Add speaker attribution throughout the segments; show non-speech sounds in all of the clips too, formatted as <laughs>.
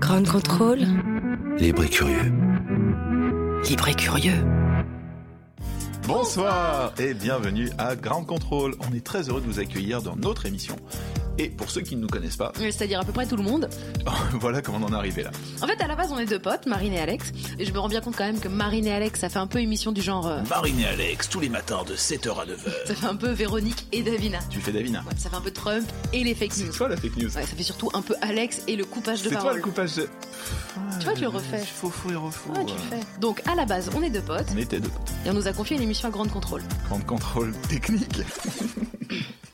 Speaker 1: Grand contrôle,
Speaker 2: Libre et curieux.
Speaker 1: libre et curieux.
Speaker 3: Bonsoir et bienvenue à Grand Contrôle. On est très heureux de vous accueillir dans notre émission. Et pour ceux qui ne nous connaissent pas, <laughs>
Speaker 4: Euh, C'est-à-dire à peu près tout le monde.
Speaker 3: voilà comment on en est arrivé là.
Speaker 4: En fait, à la base, on est deux potes, Marine et Alex. Et je me rends bien compte quand même que Marine et Alex, ça fait un peu émission du genre. euh,
Speaker 2: Marine et Alex, tous les matins de 7h à 9h.
Speaker 4: ça fait un peu Véronique et Davina.
Speaker 3: Tu fais Davina.
Speaker 4: Ouais, ça fait un peu Trump et les fake
Speaker 3: C'est
Speaker 4: news.
Speaker 3: toi la fake news.
Speaker 4: Ouais, ça fait surtout un peu Alex et le coupage de
Speaker 3: C'est toi
Speaker 4: parole.
Speaker 3: le coupage. de-
Speaker 4: Tu vois, je le refais.
Speaker 3: Faux, faux et refaux.
Speaker 4: Ouais, tu le fais. Donc, à la base, on est deux potes
Speaker 3: On était de
Speaker 4: et on nous a confié une émission à grande contrôle.
Speaker 3: Grand Contrôle technique. <laughs>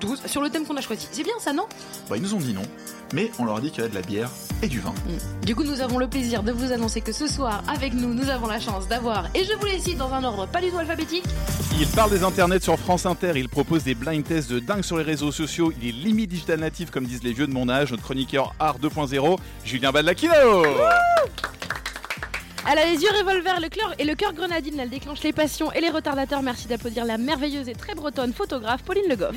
Speaker 4: 12, sur le thème qu'on a choisi. C'est bien ça, non
Speaker 3: Bah, ils nous ont dit non. Mais on leur a dit qu'il y a de la bière et du vin.
Speaker 4: Hmm. Du coup, nous avons le plaisir de vous annoncer que ce soir, avec nous, nous avons la chance d'avoir, et je vous les cite dans un ordre pas du tout alphabétique,
Speaker 5: Il parle des internets sur France Inter, il propose des blind tests de dingue sur les réseaux sociaux, il est limite digital natif comme disent les vieux de mon âge, notre chroniqueur art 2.0, Julien Badlakino
Speaker 6: Elle a les yeux revolver, le cœur et le cœur grenadine. Elle déclenche les passions et les retardateurs. Merci d'applaudir la merveilleuse et très bretonne photographe Pauline Le Goff.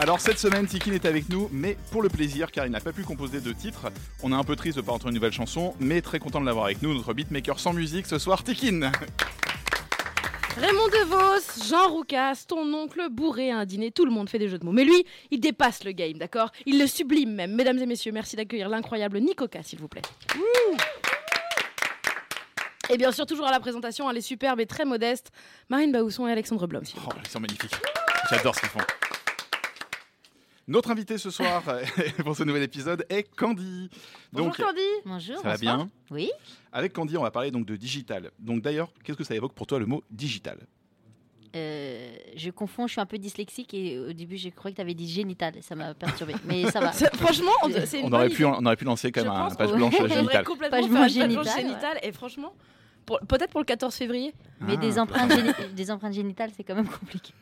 Speaker 5: Alors cette semaine, Tikin est avec nous, mais pour le plaisir, car il n'a pas pu composer de titres. On est un peu triste de pas entendre une nouvelle chanson, mais très content de l'avoir avec nous, notre beatmaker sans musique ce soir, Tikin <laughs>
Speaker 6: Raymond DeVos, Jean Roucas, ton oncle bourré à un dîner. Tout le monde fait des jeux de mots. Mais lui, il dépasse le game, d'accord Il le sublime même. Mesdames et messieurs, merci d'accueillir l'incroyable Nicoca, s'il vous plaît. Et bien sûr, toujours à la présentation, elle est superbe et très modeste. Marine Baousson et Alexandre Blom. s'il vous
Speaker 5: Oh, ils sont magnifiques. J'adore ce qu'ils font. Notre invité ce soir <laughs> euh, pour ce nouvel épisode est Candy.
Speaker 6: plaît. Bonjour Candy
Speaker 7: Bonjour.
Speaker 5: ça va
Speaker 7: bonsoir.
Speaker 5: bien
Speaker 7: Oui.
Speaker 5: Avec Candy, on va parler donc de digital. Donc d'ailleurs, qu'est-ce que ça évoque pour toi le mot digital
Speaker 7: Euh, je confonds, je suis un peu dyslexique et au début j'ai cru que tu avais dit génital, ça
Speaker 4: <laughs>
Speaker 7: m'a perturbé. Mais ça va.
Speaker 6: C'est- Franchement, on- c'est une
Speaker 5: on
Speaker 6: bonne
Speaker 5: aurait,
Speaker 6: idée.
Speaker 5: pu, on aurait pu lancer quand
Speaker 6: Je
Speaker 5: même un
Speaker 6: pense
Speaker 5: <laughs> page
Speaker 7: qu'on-
Speaker 6: <laughs>
Speaker 5: blanche à
Speaker 6: Je voudrais
Speaker 5: génital.
Speaker 6: complètement faire
Speaker 7: Page
Speaker 6: une
Speaker 7: blanche
Speaker 6: page blanche
Speaker 7: génitale,
Speaker 6: génitale et franchement, pour- peut-être pour le 14 février.
Speaker 7: Mais
Speaker 5: Ah,
Speaker 7: des, empreintes géni- des empreintes génitales, c'est quand même compliqué.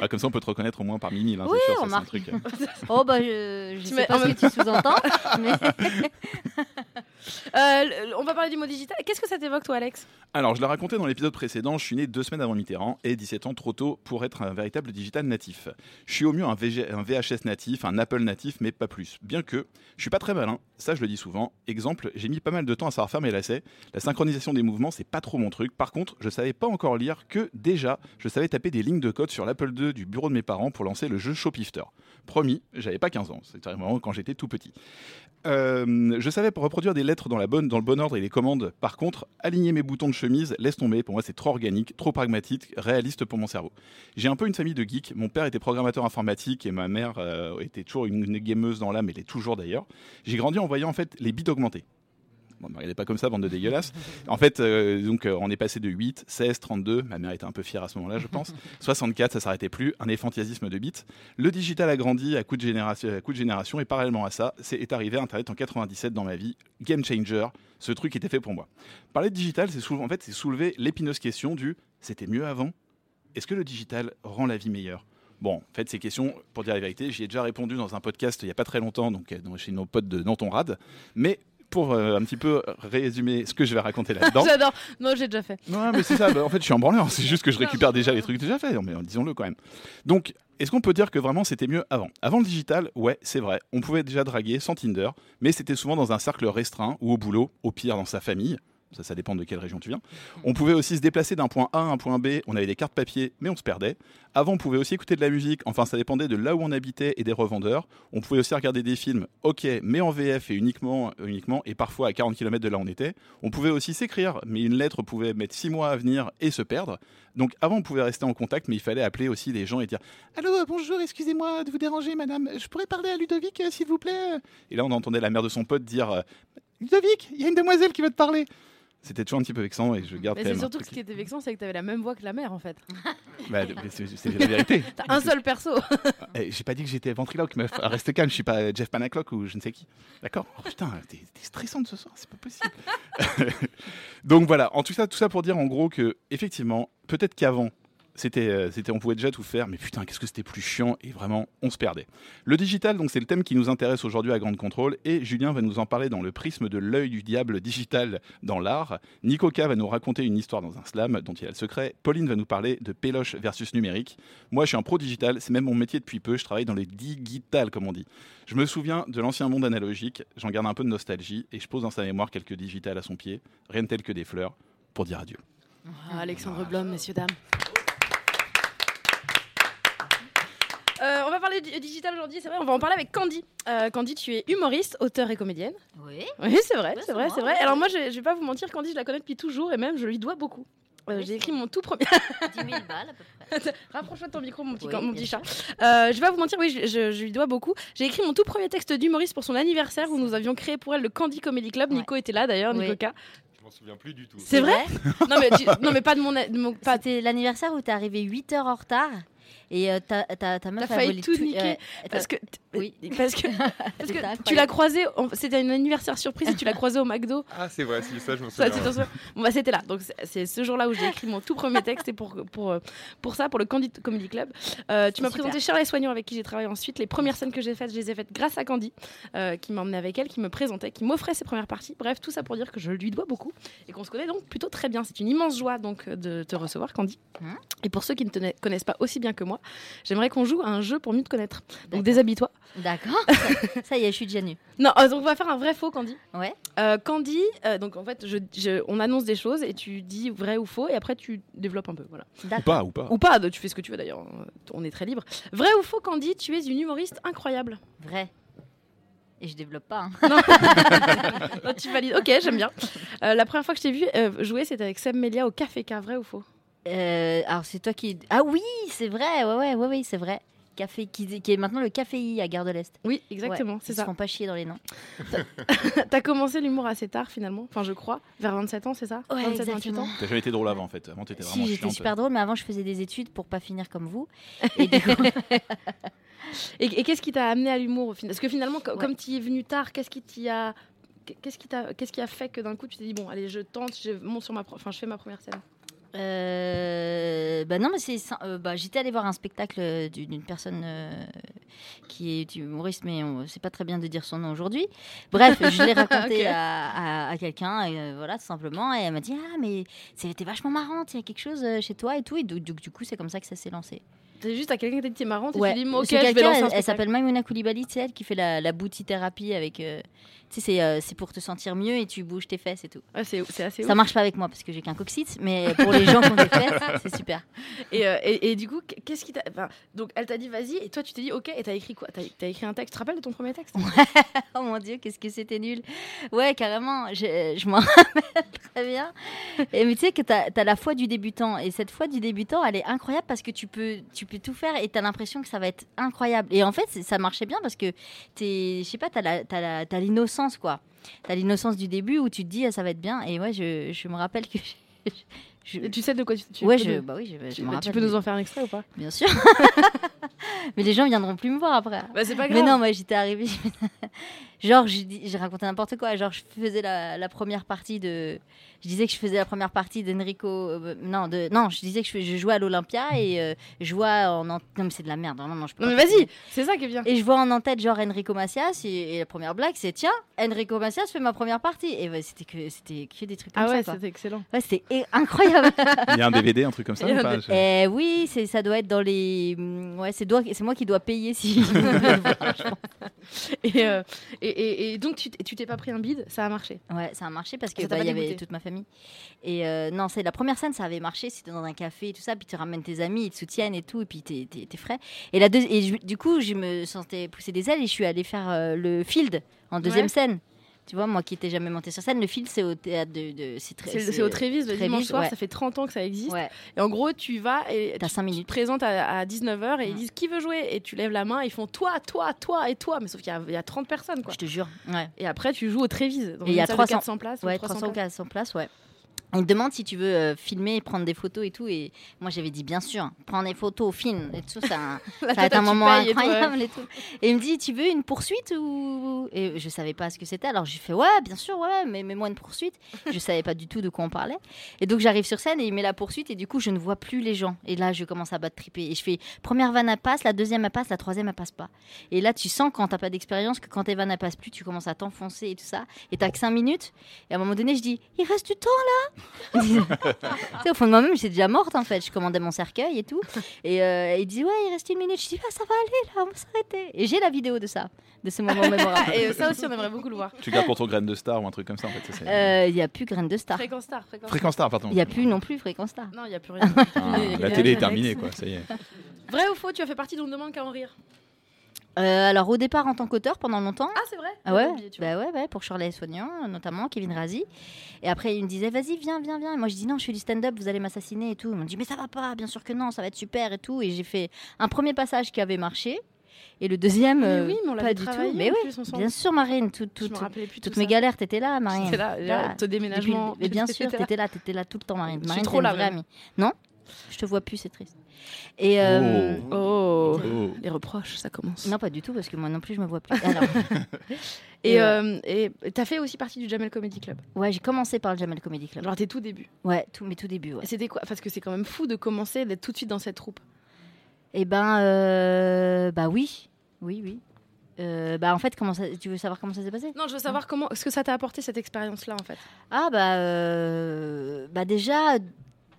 Speaker 5: Bah, comme ça, on peut te reconnaître au moins parmi mille. hein,
Speaker 7: Oui,
Speaker 5: c'est sûr, ça, c'est un
Speaker 7: remarque.
Speaker 6: <laughs>
Speaker 5: truc. <laughs>
Speaker 7: <laughs> Oh bah je, je
Speaker 6: Tu mets-
Speaker 7: sais pas
Speaker 6: en
Speaker 7: ce
Speaker 6: même
Speaker 7: que tu sous-entends. mais
Speaker 5: Oh.
Speaker 6: Euh, le- on va parler du mot digital. Qu'est-ce que ça t'évoque toi, Alex
Speaker 5: Alors, je l'ai raconté dans l'épisode précédent, je suis né deux semaines avant Mitterrand et 17 ans trop tôt pour être un véritable digital natif. Je suis au mieux un, VG un VHS natif, un Apple natif, mais pas plus. Bien que je suis pas très malin, ça je le dis souvent. Exemple, j'ai mis pas mal de temps à savoir faire mes lacets. La synchronisation des mouvements, c'est pas trop mon truc. Par contre, je savais pas encore lire que déjà, je savais taper des lignes de code sur l'Apple II du bureau de mes parents pour lancer le jeu Shopifter. Promis, j'avais pas 15 ans, c'était vraiment quand j'étais tout petit. Euh, je savais reproduire des lettres dans, la bonne, dans le bon ordre et les commandes. Par contre, aligner mes boutons de chemise, laisse tomber. Pour moi, c'est trop organique, trop pragmatique, réaliste pour mon cerveau. J'ai un peu une famille de geeks. Mon père était programmateur informatique et ma mère euh, était toujours une, une gameuse dans l'âme, elle est toujours d'ailleurs. J'ai grandi en voyant en fait les bits augmenter. Bon, ne me regardez pas comme ça, bande de dégueulasses. En fait, euh, donc, euh, on est passé de 8, 16, 32. Ma mère était un peu fière à ce moment-là, je pense. 64, ça s'arrêtait plus. Un éfantiasme de bits. Le digital a grandi à coup de génération, à coup de génération et parallèlement à ça, c'est est arrivé Internet en 97 dans ma vie, game changer, ce truc était fait pour moi. Parler de digital, c'est souvent en fait c'est soulever l'épineuse question du c'était mieux avant. Est-ce que le digital rend la vie meilleure Bon, en fait, ces questions, pour dire la vérité, j'y ai déjà répondu dans un podcast il n'y a pas très longtemps, donc euh, dans- chez nos potes de Nanton Rad. Mais pour euh, un petit peu résumer ce que je vais raconter là-dedans.
Speaker 6: <laughs> J'adore. Non, j'ai déjà fait.
Speaker 5: Non, mais c'est ça. Bah, en fait, je suis un branleur. C'est juste que je récupère déjà les trucs déjà faits. Non, Mais euh, disons-le quand même. Donc, est-ce qu'on peut dire que vraiment c'était mieux avant Avant le digital, ouais, c'est vrai. On pouvait déjà draguer sans Tinder, mais c'était souvent dans un cercle restreint ou au boulot, au pire dans sa famille. Ça, ça dépend de quelle région tu viens. On pouvait aussi se déplacer d'un point A à un point B. On avait des cartes papier, mais on se perdait. Avant, on pouvait aussi écouter de la musique. Enfin, ça dépendait de là où on habitait et des revendeurs. On pouvait aussi regarder des films, ok, mais en VF et uniquement, uniquement et parfois à 40 km de là où on était. On pouvait aussi s'écrire, mais une lettre pouvait mettre 6 mois à venir et se perdre. Donc avant, on pouvait rester en contact, mais il fallait appeler aussi les gens et dire Allô, euh, bonjour, excusez-moi de vous déranger, madame. Je pourrais parler à Ludovic, euh, s'il vous plaît Et là, on entendait la mère de son pote dire euh, Ludovic, il y a une demoiselle qui veut te parler. C'était toujours un petit peu vexant et je
Speaker 6: <laughs>
Speaker 5: garde
Speaker 6: Mais
Speaker 5: quand
Speaker 6: c'est
Speaker 5: même un
Speaker 6: surtout que ce
Speaker 5: truc.
Speaker 6: qui était vexant, c'est que t'avais la même voix que la mère en
Speaker 5: <laughs>
Speaker 6: fait.
Speaker 5: Bah, mais c'est c'est la vérité.
Speaker 6: <laughs> T'as un seul perso.
Speaker 5: Eh, J'ai pas dit que j'étais ventriloque, meuf. Ah, Reste calme, je suis pas Jeff Panaclock ou je ne sais qui. D'accord Oh, Putain, t'es t'es stressante ce soir, c'est pas possible. Donc voilà, en tout ça, tout ça pour dire en gros que, effectivement, peut-être qu'avant, c'était, euh, c'était, on pouvait déjà tout faire, mais putain, qu'est-ce que c'était plus chiant et vraiment, on se perdait. Le digital, donc, c'est le thème qui nous intéresse aujourd'hui à Grande Contrôle et Julien va nous en parler dans le prisme de l'œil du diable digital dans l'art. Nico K va nous raconter une histoire dans un slam dont il a le secret. Pauline va nous parler de péloche versus numérique. Moi, je suis un pro digital, c'est même mon métier depuis peu, je travaille dans le digital, comme on dit. Je me souviens de l'ancien monde analogique, j'en garde un peu de nostalgie et je pose dans sa mémoire quelques digitales à son pied, rien de tel que des fleurs, pour dire adieu.
Speaker 6: Ah, Alexandre Blom, messieurs, dames. Euh, on va parler du digital aujourd'hui, c'est vrai, on va en parler avec Candy. Euh, Candy, tu es humoriste, auteur et comédienne.
Speaker 7: Oui.
Speaker 6: <laughs> Oui, c'est vrai,
Speaker 7: Ouais,
Speaker 6: c'est
Speaker 7: c'est
Speaker 6: vrai,
Speaker 7: moi,
Speaker 6: c'est vrai.
Speaker 7: ouais.
Speaker 6: Alors moi, je, je vais pas vous mentir, Candy, je la connais depuis toujours et même je lui dois beaucoup. Euh,
Speaker 7: Oui,
Speaker 6: J'ai
Speaker 7: c'est
Speaker 6: écrit mon tout
Speaker 7: <laughs>
Speaker 6: premier.
Speaker 7: 10 000 balles à peu près.
Speaker 6: Rapproche-toi de ton micro, mon petit,
Speaker 7: Oui,
Speaker 6: can- mon
Speaker 7: bien
Speaker 6: petit chat. Euh, je vais pas vous mentir, oui, je, je- je lui dois beaucoup. J'ai écrit mon tout premier texte d'humoriste pour son anniversaire où nous avions créé pour elle le Candy Comedy Club.
Speaker 7: Ouais.
Speaker 6: Nico était là d'ailleurs,
Speaker 7: Oui.
Speaker 6: Nico K.
Speaker 8: Je m'en souviens plus du tout.
Speaker 6: C'est vrai <laughs> non, mais tu- non, mais pas de mon. a- de euh, mon- pas-
Speaker 7: C'était l'anniversaire où t'es arrivé 8 heures en retard et euh, ta, ta, ta meuf
Speaker 6: T'as
Speaker 7: a
Speaker 6: failli
Speaker 7: volé
Speaker 6: tout niquer.
Speaker 7: ouais.
Speaker 6: Parce que,
Speaker 7: Oui.
Speaker 6: <laughs> parce
Speaker 7: <laughs>
Speaker 6: que, parce que
Speaker 7: C'était
Speaker 6: tu
Speaker 7: incroyable.
Speaker 6: l'as croisé, on- c'était un anniversaire surprise et tu l'as croisé au
Speaker 8: <laughs>
Speaker 6: McDo.
Speaker 8: Ah, c'est vrai, si, ça, je m'en
Speaker 6: Ça,
Speaker 8: souviens.
Speaker 6: tu t'en souviens Bon, bah, c'était là. Donc, c'est- c'est ce jour-là où j'ai écrit mon tout premier texte et pour, pour, euh, pour ça, pour le Candy Comedy Club. Euh, tu m'as
Speaker 7: Super.
Speaker 6: présenté Charles Soignon avec qui j'ai travaillé ensuite. Les premières scènes que j'ai faites, je les ai faites grâce à Candy, euh, qui m'emmenait avec elle, qui me présentait, qui m'offrait ses premières parties. Bref, tout ça pour dire que je lui dois beaucoup et qu'on se connaît donc plutôt très bien. C'est une immense joie donc euh, de te recevoir, Candy.
Speaker 7: Hein
Speaker 6: Et pour ceux qui ne te connaissent pas aussi bien que moi, j'aimerais qu'on joue à un jeu pour mieux te connaître.
Speaker 7: D'accord.
Speaker 6: Donc, déshabille-toi.
Speaker 7: D'accord. <laughs> ça, ça y est, je suis déjà nue.
Speaker 6: Non, euh, donc on va faire un vrai faux, Candy.
Speaker 7: Ouais.
Speaker 6: Euh, Candy, euh, donc en fait, je, je- on annonce des choses et tu dis vrai ou faux et après tu développes un peu, voilà.
Speaker 5: Ou
Speaker 7: D'accord.
Speaker 5: pas, ou pas.
Speaker 6: Ou pas, tu fais ce que tu veux d'ailleurs, on est très libre. Vrai ou faux, Candy, tu es une humoriste incroyable.
Speaker 7: Vrai. Et je développe pas. hein.
Speaker 6: <laughs> Oh, tu valides, ok, j'aime bien. Euh, la première fois que je t'ai vu euh, jouer, c'était avec Sam Melia au Café K, vrai ou faux
Speaker 7: Euh, alors c'est toi qui. Ah oui, c'est vrai. Ouais, ouais, ouais, ouais, c'est vrai. Café qui, qui est maintenant le Café I à Gare de l'Est.
Speaker 6: Oui, exactement,
Speaker 7: Ouais,
Speaker 6: c'est
Speaker 7: ils
Speaker 6: ça.
Speaker 7: se font pas chier dans les noms.
Speaker 6: <laughs> T'as commencé l'humour assez tard finalement, enfin je crois, vers 27 ans, c'est ça 27, 28 ans.
Speaker 5: T'as jamais été drôle avant, en fait. Avant, t'étais vraiment
Speaker 7: Si j'étais
Speaker 5: chiante.
Speaker 7: super drôle, mais avant je faisais des études pour pas finir comme vous. Et du coup,
Speaker 6: Et, et qu'est-ce qui t'a amené à l'humour au final Parce que finalement, co-
Speaker 7: Ouais.
Speaker 6: comme tu y es venu tard, qu'est-ce qui t'y a Qu'est-ce qui, t'a- qu'est-ce qui a fait que d'un coup tu t'es dit bon allez je tente je monte sur ma pro- enfin je fais ma première scène
Speaker 7: Euh, bah non, mais c'est ça- euh, bah, j'étais allée voir un spectacle euh, d'une d'une personne euh, qui est humoriste, mais on- c'est pas très bien de dire son nom aujourd'hui. Bref, je
Speaker 6: <laughs>
Speaker 7: l'ai raconté
Speaker 6: Ok.
Speaker 7: à, à- à quelqu'un, et, euh, voilà, tout simplement, et elle m'a dit ah mais c'était vachement marrante, il y a quelque chose euh, chez toi et tout, et du, du- du coup c'est comme ça que ça s'est lancé.
Speaker 6: c'est juste à quelqu'un qui t'a dit t'es marrante et
Speaker 7: Ouais.
Speaker 6: tu dis ok
Speaker 7: C'est
Speaker 6: je vais lancer
Speaker 7: quelqu'un,
Speaker 6: un
Speaker 7: elle, elle
Speaker 6: spectacle.
Speaker 7: s'appelle Maimouna Koulibaly, c'est elle qui fait la, la thérapie avec, euh, tu sais c'est euh, c'est pour te sentir mieux et tu bouges tes fesses et tout.
Speaker 6: Ouais, c'est c'est assez
Speaker 7: Ça marche pas avec moi parce que j'ai qu'un coccyx, mais pour les gens qui ont
Speaker 6: <laughs>
Speaker 7: des fesses, c'est super.
Speaker 6: ouf. Et, euh, et, et du coup qu'est-ce qui t'a enfin, donc elle t'a dit vas-y et toi tu t'es dit ok et t'as écrit quoi t'as, t'as écrit un texte tu te rappelles de ton premier texte
Speaker 7: <laughs> Oh mon dieu, qu'est-ce que c'était nul. Ouais, carrément, je, je m'en rappelle très bien. Et mais tu sais que t'as as la foi du débutant. Et cette foi du débutant, elle est incroyable parce que tu peux, tu peux tout faire et t'as l'impression que ça va être incroyable. Et en fait, c'est- ça marchait bien parce que t'es, je sais pas, t'as la- t'as la- t'as l'innocence, quoi. T'as l'innocence du début où tu te dis, ah, ça va être bien. Et ouais, je, je me rappelle que je, Je-
Speaker 6: Tu sais de quoi tu, tu
Speaker 7: ouais,
Speaker 6: peux
Speaker 7: je,
Speaker 6: nous-
Speaker 7: bah oui, je, je
Speaker 6: tu,
Speaker 7: me
Speaker 6: tu
Speaker 7: rappelle,
Speaker 6: peux nous
Speaker 7: mais-
Speaker 6: en faire un extrait ou pas
Speaker 7: Bien sûr. <laughs> mais les gens viendront plus me voir après.
Speaker 6: Bah c'est pas
Speaker 7: Mais non, moi j'étais arrivée. <laughs> genre, j'ai dit- j'ai raconté n'importe quoi. Genre, je faisais la, la première partie de. Je disais que je faisais la première partie d'Enrico. euh, non, de, non, je disais que je, je jouais à l'Olympia et euh, je vois en. en- Non, mais c'est de la merde. hein, Non, non, je peux
Speaker 6: Non
Speaker 7: pas
Speaker 6: mais vas-y,
Speaker 7: continuer.
Speaker 6: c'est ça qui est bien.
Speaker 7: Et je vois en en-tête genre Enrico Macias et, et la première blague c'est tiens Enrico Macias fait ma première partie et bah, c'était que c'était que des trucs comme
Speaker 6: Ah ouais,
Speaker 7: ça quoi.
Speaker 6: c'était excellent.
Speaker 7: Ouais, c'était é- incroyable.
Speaker 5: <laughs> Il y a un DVD, un
Speaker 7: <laughs>
Speaker 5: truc comme ça
Speaker 6: Il y a
Speaker 5: ou
Speaker 6: un
Speaker 5: pas
Speaker 6: dé-
Speaker 5: Je-
Speaker 7: Eh oui, c'est ça doit être dans les. Mm, Ouais, c'est doit- c'est moi qui dois payer si.
Speaker 5: <laughs>
Speaker 7: ouais,
Speaker 6: Et, euh, et, et- et donc tu t- tu t'es pas pris un bide, ça a marché.
Speaker 7: ça a marché parce que
Speaker 6: Ça t'a
Speaker 7: bah,
Speaker 6: pas
Speaker 7: il y avait
Speaker 6: dégoûté.
Speaker 7: toute ma famille. Et euh, non, c'est la première scène, ça avait marché. C'était dans un café et tout ça. Puis tu ramènes tes amis, ils te soutiennent et tout, et puis t'es t'es- t'es frais. Et la deux... et je- du coup, je me sentais pousser des ailes et je suis allée faire euh, le field en deuxième
Speaker 6: Ouais.
Speaker 7: scène. Tu vois, moi qui n'étais jamais montée sur scène, le field c'est au théâtre de. de- c'est très-
Speaker 6: C'est c'est au Trévis le
Speaker 7: Trévis,
Speaker 6: dimanche soir,
Speaker 7: ouais.
Speaker 6: ça fait 30 ans que ça existe.
Speaker 7: Ouais,
Speaker 6: Et en gros, tu vas et
Speaker 7: t'as
Speaker 6: tu
Speaker 7: 5
Speaker 6: tu te
Speaker 7: minutes.
Speaker 6: présentes à, 19h et ils
Speaker 7: Mm.
Speaker 6: disent qui veut jouer et tu lèves la main, ils font toi, toi, toi et toi, mais sauf qu'il y a- il y, a 30 personnes quoi.
Speaker 7: Je te jure. Ouais.
Speaker 6: Et après tu joues au Trévise. dans
Speaker 7: Et il y
Speaker 6: une
Speaker 7: a
Speaker 6: salle de
Speaker 7: 300
Speaker 6: 400 places. ou
Speaker 7: Ouais,
Speaker 6: 300
Speaker 7: 300 ou 400 places, ouais. On te demande si tu veux euh, filmer, prendre des photos et tout. Et moi, j'avais dit bien sûr, prendre des photos, film et
Speaker 6: <laughs>
Speaker 7: tout. Ça,
Speaker 6: places.
Speaker 7: ça va être un
Speaker 6: Tu
Speaker 7: moment
Speaker 6: payes et tout, ouais.
Speaker 7: incroyable et tout. <laughs> Et il me dit, tu veux une poursuite ou Et je savais pas ce que c'était. Alors j'ai fait, ouais, bien sûr, ouais, mais mais moi une poursuite. Je savais pas du tout de quoi on parlait. Et donc j'arrive sur scène et il met la poursuite et du coup je ne vois plus les gens. Et là, je commence à battre triper. Et je fais, première vanne, elle passe, la deuxième, elle passe, la troisième, elle passe pas. Et là, tu sens quand t'as pas d'expérience que quand tes vannes, elles passent plus, tu commences à t'enfoncer et tout ça. Et t'as que 5 minutes. Et à un moment donné, je dis, il reste du temps là Tu sais, Au fond de moi-même, j'étais déjà morte en fait. Je commandais mon cercueil et tout. Et euh, il dit, ouais, il reste une minute. Je dis, ah, ça va aller là, on va s'arrêter. Et j'ai la vidéo de ça, de ce moment <laughs> mémorable.
Speaker 6: Et euh, ça aussi on aimerait beaucoup le voir.
Speaker 5: Tu gardes pour ton graine de star ou un truc comme ça en fait. ça, c'est-
Speaker 7: Euh, Il y a plus Graine de Star.
Speaker 6: Fréquence star, fréquence.
Speaker 5: Fréquence star, pardon.
Speaker 7: Il n'y a plus non plus Fréquence Star.
Speaker 6: Non, il n'y a plus rien.
Speaker 5: Ah,
Speaker 6: Il y a- il y a
Speaker 5: la télé est
Speaker 6: Alex.
Speaker 5: terminée quoi, ça y est.
Speaker 6: <laughs> Vrai ou faux, tu as fait partie d'On ne demande qu'à en rire.
Speaker 7: Ah, Euh, alors au départ en tant qu'auteur pendant longtemps.
Speaker 6: Ah, c'est vrai
Speaker 7: Ah ouais,
Speaker 6: J'avais oublié, tu vois.
Speaker 7: bah ouais, ouais, pour Shirley Soignant, notamment Kevin Razi. Et après, il me disait, vas-y, viens, viens, viens. Et moi, je dis, non, je fais du stand-up, vous allez m'assassiner et tout. Ils m'ont dit, mais ça va pas, bien sûr que non, ça va être super et tout. Et j'ai fait un premier passage qui avait marché. Et le deuxième,
Speaker 6: Mais
Speaker 7: euh,
Speaker 6: oui, mais on
Speaker 7: pas
Speaker 6: l'avait
Speaker 7: du tout.
Speaker 6: travaillé
Speaker 7: Mais
Speaker 6: en
Speaker 7: oui,
Speaker 6: plus ensemble.
Speaker 7: bien sûr, Marine, tout, tout,
Speaker 6: je me
Speaker 7: tout-
Speaker 6: rappelais plus
Speaker 7: toutes
Speaker 6: tout
Speaker 7: mes
Speaker 6: ça.
Speaker 7: galères, t'étais là, Marine.
Speaker 6: J'étais là,
Speaker 7: Là,
Speaker 6: là, ton
Speaker 7: Depuis le-
Speaker 6: déménagement.
Speaker 7: mais bien sûr,
Speaker 6: j'étais là.
Speaker 7: t'étais là, t'étais là tout le temps, Marine.
Speaker 6: Je suis
Speaker 7: Marine,
Speaker 6: trop
Speaker 7: t'es une
Speaker 6: là,
Speaker 7: vraie
Speaker 6: même.
Speaker 7: amie. Non, je te vois plus, c'est triste. Et euh,
Speaker 5: Oh.
Speaker 6: Oh,
Speaker 5: Oh.
Speaker 6: les reproches, ça commence.
Speaker 7: non, pas du tout, parce que moi non plus, je me vois plus. Alors,
Speaker 6: <laughs>
Speaker 7: <laughs>
Speaker 6: Et euh, et t'as fait aussi partie du Jamel Comedy Club.
Speaker 7: ouais, j'ai commencé par le Jamel Comedy Club.
Speaker 6: Genre tes tout débuts.
Speaker 7: Ouais, tout, mais tout début, ouais.
Speaker 6: C'était quoi Parce que c'est quand même fou de commencer d'être tout de suite dans cette troupe.
Speaker 7: Eh ben, euh, bah oui, oui, oui. Euh, bah en fait, comment ça, tu veux savoir comment ça s'est passé Hein
Speaker 6: Non, je veux savoir comment, ce que ça t'a apporté cette expérience-là en fait.
Speaker 7: Ah bah, euh, bah déjà,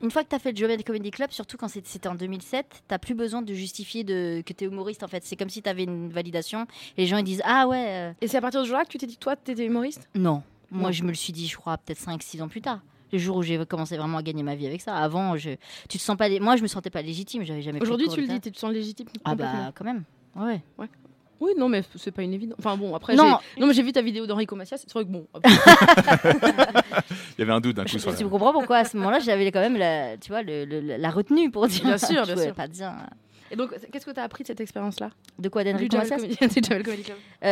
Speaker 7: une fois que t'as fait le Jamel Comedy Club, surtout quand c'est- c'était en 2007, t'as plus besoin de justifier de, que t'es humoriste en fait. C'est comme si t'avais une validation et les gens ils disent ah ouais, euh,
Speaker 6: Et c'est à partir de ce jour-là que tu t'es dit, toi, t'étais humoriste
Speaker 7: non. Moi
Speaker 6: Non.
Speaker 7: je me le suis dit, je crois peut-être 5-6 ans plus tard. Le jour où j'ai commencé vraiment à gagner ma vie avec ça. Avant, je, tu te sens pas, lé- moi je me sentais pas légitime, j'avais jamais. pris de
Speaker 6: Aujourd'hui,
Speaker 7: cours
Speaker 6: tu le
Speaker 7: de
Speaker 6: dis,
Speaker 7: théâtre.
Speaker 6: tu te sens légitime.
Speaker 7: Ah
Speaker 6: complètement.
Speaker 7: bah quand même. Ouais.
Speaker 6: Oui, non, mais c'est pas une évidence. Enfin bon, après.
Speaker 7: Non.
Speaker 6: j'ai- non mais j'ai vu ta vidéo d'Enrico Macias, c'est vrai que bon.
Speaker 5: Il y avait un doute d'un
Speaker 7: Je,
Speaker 5: coup sur la-
Speaker 7: tu comprends pourquoi à ce moment-là j'avais quand même la, tu vois, le- le- la retenue pour dire.
Speaker 6: Bien sûr,
Speaker 7: <laughs> je
Speaker 6: bien
Speaker 7: pouvais
Speaker 6: sûr.
Speaker 7: pas dire. hein.
Speaker 6: Et <laughs> donc, qu'est-ce que t'as appris de cette expérience-là
Speaker 7: De quoi
Speaker 6: Du
Speaker 7: d'Henry
Speaker 6: Jamel
Speaker 7: Macias
Speaker 6: Comedy <laughs> du Jamel Comedy Club.
Speaker 7: Euh,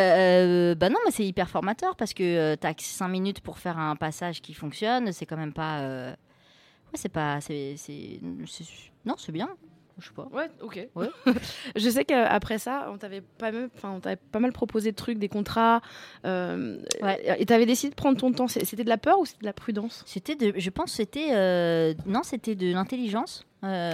Speaker 7: euh, Bah non, mais c'est hyper formateur parce que tu t'as 5 minutes pour faire un passage qui fonctionne. C'est quand même pas. euh, Ouais, c'est pas. c'est- c'est- c'est- Non, c'est bien. Je sais pas.
Speaker 6: Ouais, <laughs> ok.
Speaker 7: Ouais.
Speaker 6: je sais qu'après ça, on t'avait pas, mal- enfin, on t'avait pas mal proposé de trucs, des contrats. euh,
Speaker 7: Ouais.
Speaker 6: Et t'avais décidé de prendre ton temps. C'est- C'était de la peur ou c'était de la prudence
Speaker 7: C'était de. Je pense que c'était. euh, Non, c'était de l'intelligence. <laughs> Euh,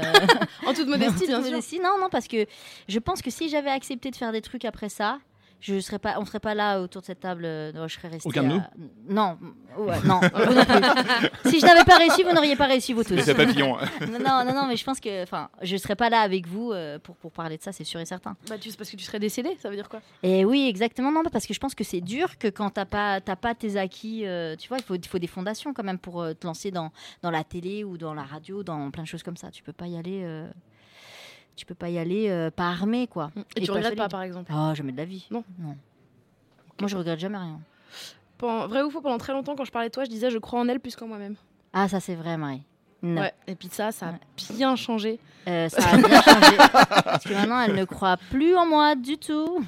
Speaker 6: En toute modestie, bien sûr.
Speaker 7: modestie. Non, non, parce que je pense que si j'avais accepté de faire des trucs après ça, je serais pas, on serait pas là autour de cette table. euh, non, je serais restée.
Speaker 5: Aucun de
Speaker 7: à- Non, ouais,
Speaker 5: <laughs>
Speaker 7: non, vous non plus. si je n'avais pas réussi, vous n'auriez pas réussi vous tous.
Speaker 5: Les papillons.
Speaker 7: <laughs> Non, non, non, non, mais je pense que, enfin, je serais pas là avec vous euh, pour pour parler de ça, c'est sûr et certain.
Speaker 6: Bah, tu- c'est parce que tu serais décédé, ça veut dire quoi
Speaker 7: Et oui, exactement, non, parce que je pense que c'est dur que quand t'as pas, t'as pas tes acquis, euh, tu vois, il faut, il faut des fondations quand même pour euh, te lancer dans, dans la télé ou dans la radio, dans plein de choses comme ça. Tu peux pas y aller, euh, tu peux pas y aller euh, pas armé, quoi.
Speaker 6: Mm. Et, tu
Speaker 7: pas
Speaker 6: regrettes pas,
Speaker 7: solide.
Speaker 6: par exemple
Speaker 7: Oh, jamais de la vie.
Speaker 6: Non.
Speaker 7: Moi, je regrette jamais rien.
Speaker 6: Pen- Vrai ou faux, pendant très longtemps, quand je parlais de toi, je disais je crois en elle plus qu'en moi-même.
Speaker 7: Ah, ça, c'est vrai, Marie. Non.
Speaker 6: Ouais. Et puis ça, ça a
Speaker 7: Ouais.
Speaker 6: bien changé.
Speaker 7: Euh, ça a
Speaker 6: <laughs>
Speaker 7: bien changé. Parce que maintenant, elle ne croit <laughs> plus en moi du tout.